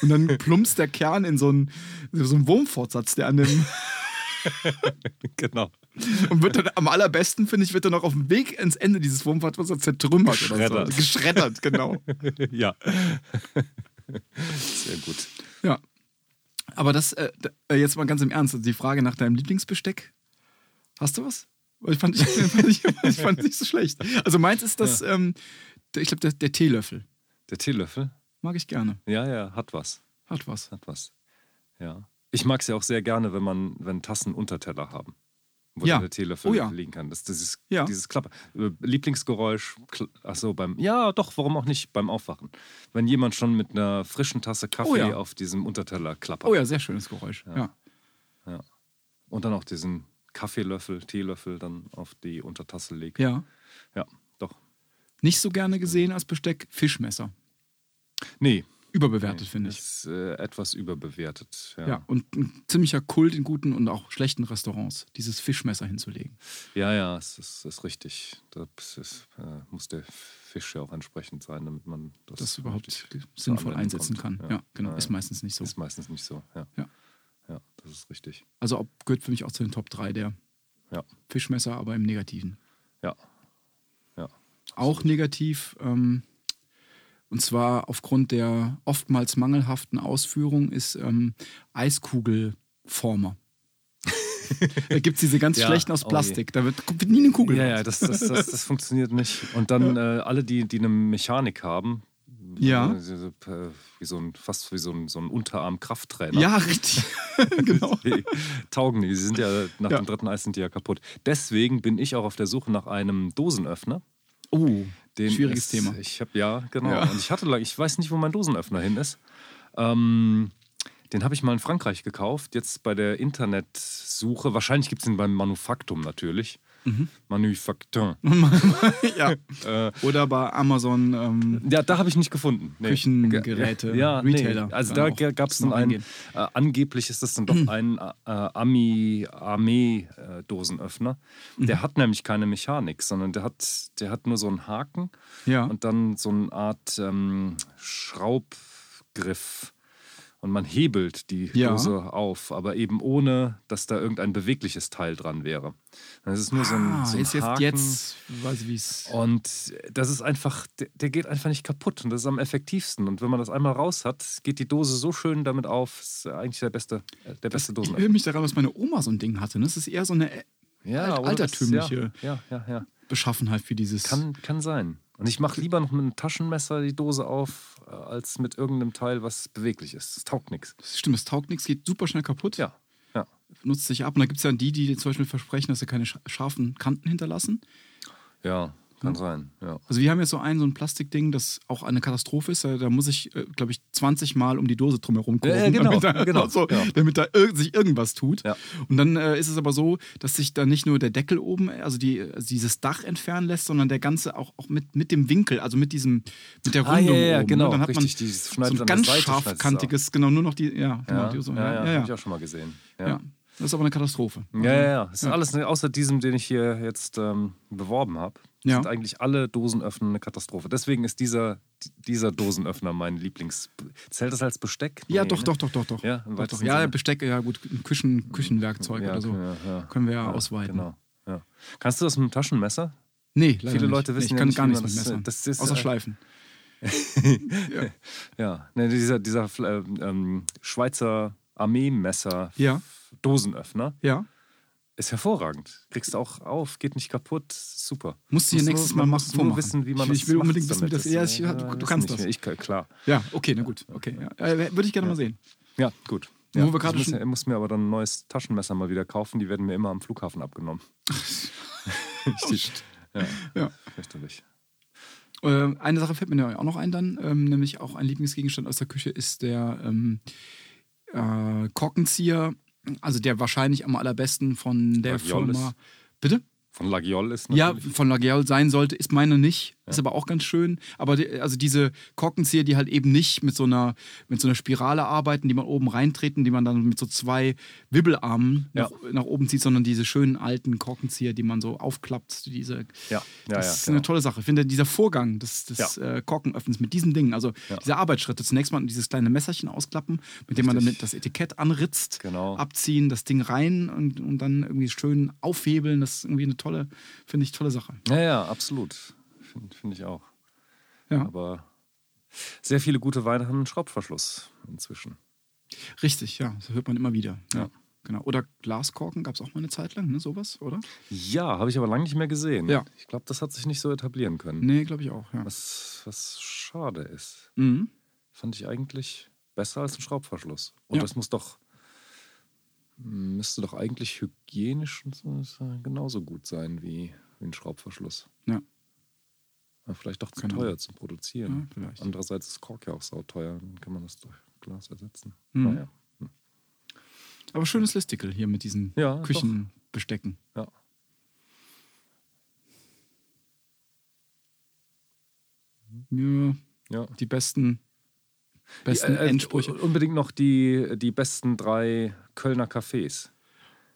Speaker 2: und dann plumpst der Kern in so einen, so einen Wurmfortsatz, der an dem
Speaker 1: Genau. [laughs]
Speaker 2: Und wird dann am allerbesten, finde ich, wird dann noch auf dem Weg ins Ende dieses Wurmfortwassers zertrümmert oder so.
Speaker 1: Geschreddert.
Speaker 2: Geschreddert, genau.
Speaker 1: ja. Sehr gut.
Speaker 2: Ja. Aber das, äh, d- äh, jetzt mal ganz im Ernst, also die Frage nach deinem Lieblingsbesteck. Hast du was? Weil Ich fand, ich, [laughs] fand ich, ich fand nicht so schlecht. Also meins ist das, ähm, der, ich glaube, der, der Teelöffel.
Speaker 1: Der Teelöffel?
Speaker 2: Mag ich gerne.
Speaker 1: Ja, ja, hat was.
Speaker 2: Hat was.
Speaker 1: Hat was. Ja. Ich mag es ja auch sehr gerne, wenn man, wenn Tassen Unterteller haben. Wo
Speaker 2: Ja.
Speaker 1: dann der Teelöffel
Speaker 2: Oh ja.
Speaker 1: liegen kann. Das, das ist
Speaker 2: Ja.
Speaker 1: dieses Klappe. Äh, Lieblingsgeräusch, Kl- ach so, beim, ja doch, warum auch nicht, beim Aufwachen. Wenn jemand schon mit einer frischen Tasse Kaffee
Speaker 2: Oh ja.
Speaker 1: auf diesem Unterteller klappert.
Speaker 2: Oh ja, sehr schönes Geräusch. Ja.
Speaker 1: Und dann auch diesen Kaffeelöffel, Teelöffel dann auf die Untertasse legt.
Speaker 2: ja.
Speaker 1: ja doch.
Speaker 2: Nicht so gerne gesehen als Besteck Fischmesser.
Speaker 1: Nee,
Speaker 2: Überbewertet, finde ich.
Speaker 1: Ist äh, etwas überbewertet. Ja.
Speaker 2: Ja,
Speaker 1: ja,
Speaker 2: und ein ziemlicher Kult in guten und auch schlechten Restaurants, dieses Fischmesser hinzulegen.
Speaker 1: ja, es ist, ist richtig. Das ist, äh, muss der Fisch ja auch entsprechend sein, damit man das,
Speaker 2: das überhaupt
Speaker 1: richtig zur
Speaker 2: sinnvoll
Speaker 1: Anwendung
Speaker 2: einsetzen
Speaker 1: kommt.
Speaker 2: kann. Ja, genau. Ist meistens nicht so.
Speaker 1: Ist meistens nicht so. Ja.
Speaker 2: Ja.
Speaker 1: ja, das ist richtig.
Speaker 2: Also ob, gehört für mich auch zu den Top 3 der
Speaker 1: Ja,
Speaker 2: Fischmesser, aber im Negativen.
Speaker 1: ja, ja.
Speaker 2: Auch negativ, ähm, und zwar aufgrund der oftmals mangelhaften Ausführung, ist ähm,
Speaker 1: [laughs]
Speaker 2: Eiskugelformer. da gibt es diese ganz
Speaker 1: Ja,
Speaker 2: schlechten aus
Speaker 1: oh je.
Speaker 2: Plastik. da wird, kommt nie eine Kugel.
Speaker 1: Ja, ja,
Speaker 2: raus.
Speaker 1: das, das, das, das funktioniert nicht. Und dann äh, alle, die, die eine Mechanik haben,
Speaker 2: Ja.
Speaker 1: äh, so- äh, wie so ein, fast wie so ein, so ein Unterarm-Krafttrainer.
Speaker 2: ja
Speaker 1: [laughs]
Speaker 2: richtig. genau.
Speaker 1: Die taugen nicht. Sie sind ja nach
Speaker 2: Ja.
Speaker 1: dem dritten Eis sind die ja kaputt. Deswegen bin ich auch auf der Suche nach einem Dosenöffner.
Speaker 2: Oh,
Speaker 1: Den
Speaker 2: schwieriges
Speaker 1: es-
Speaker 2: Thema.
Speaker 1: Ich habe ja genau.
Speaker 2: Ja.
Speaker 1: Und ich hatte lang, ich weiß nicht, wo mein Dosenöffner hin ist. Ähm, den habe ich mal in Frankreich gekauft. Jetzt bei der Internetsuche. Wahrscheinlich gibt es den beim Manufaktum natürlich.
Speaker 2: Mhm.
Speaker 1: Manufaktum.
Speaker 2: ja.
Speaker 1: Äh,
Speaker 2: Oder bei Amazon. Ähm,
Speaker 1: Ja, da habe ich nicht gefunden. Nee.
Speaker 2: Küchengeräte,
Speaker 1: ja,
Speaker 2: Retailer.
Speaker 1: Nee. Also
Speaker 2: Dann
Speaker 1: da
Speaker 2: auch
Speaker 1: gab es
Speaker 2: noch
Speaker 1: dann einen,
Speaker 2: eingehen.
Speaker 1: äh, angeblich ist das dann doch ein äh, Ami-Armee-Dosenöffner.
Speaker 2: Mhm.
Speaker 1: Der hat nämlich keine Mechanik, sondern der hat, der hat nur so einen Haken
Speaker 2: Ja.
Speaker 1: und dann so eine Art ähm, Schraubgriff. Und man hebelt die
Speaker 2: Ja.
Speaker 1: Dose auf, aber eben ohne, dass da irgendein bewegliches Teil dran wäre. Das ist nur so ein,
Speaker 2: Ah,
Speaker 1: so ein
Speaker 2: ist jetzt,
Speaker 1: Haken. Oh,
Speaker 2: jetzt weiß ich, wie es.
Speaker 1: Und das ist einfach, der, der geht einfach nicht kaputt und das ist am effektivsten. Und wenn man das einmal raus hat, geht die Dose so schön damit auf. Ist eigentlich der beste, äh, der beste
Speaker 2: Ich
Speaker 1: Dosen.
Speaker 2: erinnere mich daran, dass meine Oma so ein Ding hatte. ne? Das ist eher so eine äh,
Speaker 1: Ja,
Speaker 2: alt-
Speaker 1: oder? Das-
Speaker 2: altertümliche
Speaker 1: Ja, ja, ja. ja.
Speaker 2: Beschaffenheit für dieses.
Speaker 1: Kann, kann sein. Und ich mache lieber noch mit einem Taschenmesser die Dose auf, äh, als mit irgendeinem Teil, was beweglich ist. Es taugt nichts.
Speaker 2: Das stimmt, es taugt nichts, geht super schnell kaputt,
Speaker 1: Ja, ja.
Speaker 2: nutzt sich ab. Und da gibt es ja die, die zum Beispiel versprechen, dass sie keine scha- scharfen Kanten hinterlassen.
Speaker 1: Ja, Kann sein, ja.
Speaker 2: Also wir haben jetzt so ein, so ein Plastikding, das auch eine Katastrophe ist. Da, da muss ich, äh, glaube ich, 20 Mal um die Dose drumherum gucken,
Speaker 1: Ja, ja, genau,
Speaker 2: damit da,
Speaker 1: genau,
Speaker 2: [laughs] so,
Speaker 1: ja.
Speaker 2: damit da irg sich irgendwas tut.
Speaker 1: Ja.
Speaker 2: Und dann äh, ist es aber so, dass sich da nicht nur der Deckel oben, also, die, also dieses Dach entfernen lässt, sondern der ganze auch, auch mit, mit dem Winkel, also mit diesem, mit der
Speaker 1: Ah,
Speaker 2: Rundung
Speaker 1: ja, ja,
Speaker 2: oben.
Speaker 1: genau,
Speaker 2: ne? Dann hat man
Speaker 1: richtig, die
Speaker 2: so
Speaker 1: schneidet
Speaker 2: ein
Speaker 1: an
Speaker 2: ganz
Speaker 1: der Seite, schneidet es ab.
Speaker 2: scharfkantiges, genau, nur noch die, ja, genau,
Speaker 1: Ja,
Speaker 2: die so,
Speaker 1: ja, ja,
Speaker 2: ja,
Speaker 1: habe ich auch schon mal gesehen. Ja,
Speaker 2: ja.
Speaker 1: ja,
Speaker 2: Das ist aber eine Katastrophe.
Speaker 1: ja. ja. Es ist alles ne, außer diesem, den ich hier jetzt ähm, beworben habe.
Speaker 2: Ja.
Speaker 1: Sind eigentlich alle Dosenöffner eine Katastrophe. Deswegen ist dieser, dieser Dosenöffner mein Lieblings. Zählt das als Besteck?
Speaker 2: Ja,
Speaker 1: Nee,
Speaker 2: doch,
Speaker 1: ne?
Speaker 2: doch, doch, doch, doch.
Speaker 1: Ja, im
Speaker 2: doch, doch.
Speaker 1: weitesten
Speaker 2: ja
Speaker 1: Sinne.
Speaker 2: Besteck, ja gut, Küchen, Küchenwerkzeug
Speaker 1: Ja,
Speaker 2: oder so.
Speaker 1: ja, ja.
Speaker 2: also Können wir ja, ausweiten.
Speaker 1: Genau. Ja. Kannst du das mit dem Taschenmesser?
Speaker 2: Nee, leider
Speaker 1: Viele
Speaker 2: nicht.
Speaker 1: Leute
Speaker 2: Nee,
Speaker 1: wissen
Speaker 2: ich
Speaker 1: ja
Speaker 2: kann
Speaker 1: nicht,
Speaker 2: gar
Speaker 1: wie
Speaker 2: nichts
Speaker 1: man
Speaker 2: mit
Speaker 1: das-
Speaker 2: Messern,
Speaker 1: das ist,
Speaker 2: außer
Speaker 1: äh,
Speaker 2: Schleifen.
Speaker 1: Ja, ne, dieser, dieser äh, ähm, Schweizer Armeemesser
Speaker 2: Ja.
Speaker 1: Dosenöffner
Speaker 2: Ja,
Speaker 1: ist hervorragend. Kriegst du auch auf, geht nicht kaputt, super.
Speaker 2: Musst du dir
Speaker 1: Musst nur-
Speaker 2: nächstes Mal
Speaker 1: man
Speaker 2: machen,
Speaker 1: muss
Speaker 2: vormachen.
Speaker 1: Nur wissen, wie man
Speaker 2: Ich- ich
Speaker 1: das
Speaker 2: will
Speaker 1: macht
Speaker 2: unbedingt wissen, wie
Speaker 1: damit.
Speaker 2: das- ja, ich- ja, du- du
Speaker 1: weiß
Speaker 2: kannst
Speaker 1: nicht
Speaker 2: das.
Speaker 1: Mehr. Ich, kann- klar.
Speaker 2: ja, okay, na gut. Okay, ja. äh, würde ich gerne mal sehen.
Speaker 1: Ja, gut.
Speaker 2: Wo
Speaker 1: Ja,
Speaker 2: wir
Speaker 1: ich
Speaker 2: gerade
Speaker 1: muss,
Speaker 2: schon-
Speaker 1: ja- muss mir aber dann ein neues Taschenmesser mal wieder kaufen. Die werden mir immer am Flughafen
Speaker 2: [laughs]
Speaker 1: abgenommen. [laughs] Richtig. Ja,
Speaker 2: Oh, Ja.
Speaker 1: richtig.
Speaker 2: Äh, eine Sache fällt mir da auch noch ein dann, ähm, nämlich auch ein Lieblingsgegenstand aus der Küche ist der ähm, äh, Korkenzieher, also der wahrscheinlich am allerbesten von der
Speaker 1: Raviolis.
Speaker 2: Firma. Bitte?
Speaker 1: Von Lagiol ist
Speaker 2: Ja,
Speaker 1: natürlich.
Speaker 2: von La Geol sein sollte, ist meine nicht. Ist aber auch ganz schön. Aber die, also diese Korkenzieher, die halt eben nicht mit so, einer, mit so einer Spirale arbeiten, die man oben reintreten, die man dann mit so zwei Wibbelarmen
Speaker 1: Ja.
Speaker 2: nach, nach oben zieht, sondern diese schönen alten Korkenzieher, die man so aufklappt. Diese,
Speaker 1: Ja, ja,
Speaker 2: das
Speaker 1: ja,
Speaker 2: ist
Speaker 1: genau.
Speaker 2: eine tolle Sache. Ich finde, dieser Vorgang des, des äh, Korkenöffnens mit diesen Dingen, also diese Arbeitsschritte, zunächst mal dieses kleine Messerchen ausklappen, mit dem man
Speaker 1: Richtig.
Speaker 2: damit das Etikett anritzt,
Speaker 1: Genau.
Speaker 2: abziehen, das Ding rein und, und dann irgendwie schön aufhebeln. Das ist irgendwie eine tolle, finde ich, tolle Sache.
Speaker 1: Ja, ja, absolut. Finde find ich auch.
Speaker 2: Ja,
Speaker 1: Aber sehr viele gute Weine haben einen Schraubverschluss inzwischen.
Speaker 2: richtig, ja. Das hört man immer wieder. Ja. Genau. Oder Glaskorken gab es auch mal eine Zeit lang, ne? Sowas, oder?
Speaker 1: Ja, habe ich aber lange nicht mehr gesehen.
Speaker 2: Ja.
Speaker 1: Ich glaube, das hat sich nicht so etablieren können.
Speaker 2: Nee, glaube ich auch, ja.
Speaker 1: Was, was schade ist.
Speaker 2: Mhm.
Speaker 1: Fand ich eigentlich besser als ein Schraubverschluss. Und
Speaker 2: Ja.
Speaker 1: das muss doch, müsste doch eigentlich hygienisch und so- so genauso gut sein wie, wie ein Schraubverschluss.
Speaker 2: Ja.
Speaker 1: Aber vielleicht doch zu
Speaker 2: Keine
Speaker 1: teuer zum Produzieren.
Speaker 2: Genau. Ja, vielleicht.
Speaker 1: Andererseits ist Kork ja auch sauteuer. Dann kann man das durch Glas ersetzen.
Speaker 2: Mhm.
Speaker 1: Naja.
Speaker 2: Aber schönes Listicle hier mit diesen
Speaker 1: Ja, doch.
Speaker 2: Küchenbestecken.
Speaker 1: Ja.
Speaker 2: Ja,
Speaker 1: ja.
Speaker 2: die besten, besten
Speaker 1: Die, äh, äh,
Speaker 2: Endsprüche.
Speaker 1: Unbedingt noch die, die besten drei Kölner Cafés.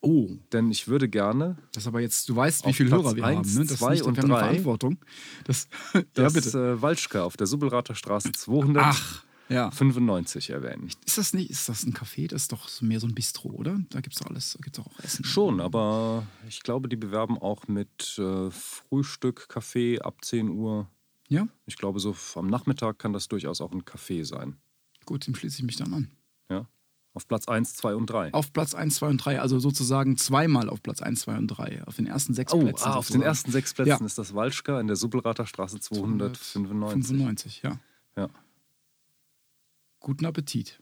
Speaker 2: Oh,
Speaker 1: Denn ich würde gerne,
Speaker 2: das ist aber jetzt, du weißt, wie
Speaker 1: Auf
Speaker 2: viele
Speaker 1: Platz
Speaker 2: Hörer wir
Speaker 1: eins,
Speaker 2: haben. Ne? Das
Speaker 1: zwei
Speaker 2: ist nicht,
Speaker 1: und
Speaker 2: wir haben eine
Speaker 1: drei.
Speaker 2: Verantwortung. Das, [laughs] ja,
Speaker 1: dass
Speaker 2: bitte.
Speaker 1: äh, Walschka auf der Subbelrater Straße
Speaker 2: Ach, ja.
Speaker 1: 295 erwähnen.
Speaker 2: Ist das nicht, ist das ein Café? Das ist doch so mehr so ein Bistro, oder? Da gibt es doch alles, da gibt es auch Essen.
Speaker 1: Schon, aber ich glaube, die bewerben auch mit äh, Frühstück, Kaffee ab 10 Uhr.
Speaker 2: Ja,
Speaker 1: Ich glaube, so f- am Nachmittag kann das durchaus auch ein Kaffee sein.
Speaker 2: gut, dem schließe ich mich dann an.
Speaker 1: Ja? Auf Platz 1, 2 und 3.
Speaker 2: Auf Platz 1, 2 und 3, also sozusagen zweimal auf Platz 1, 2 und 3. Auf den ersten sechs Plätzen.
Speaker 1: ah, auf
Speaker 2: sozusagen.
Speaker 1: den ersten sechs Plätzen
Speaker 2: Ja.
Speaker 1: ist das Walschka in der Subbelrater Straße 295.
Speaker 2: 95, ja.
Speaker 1: Ja.
Speaker 2: Guten Appetit.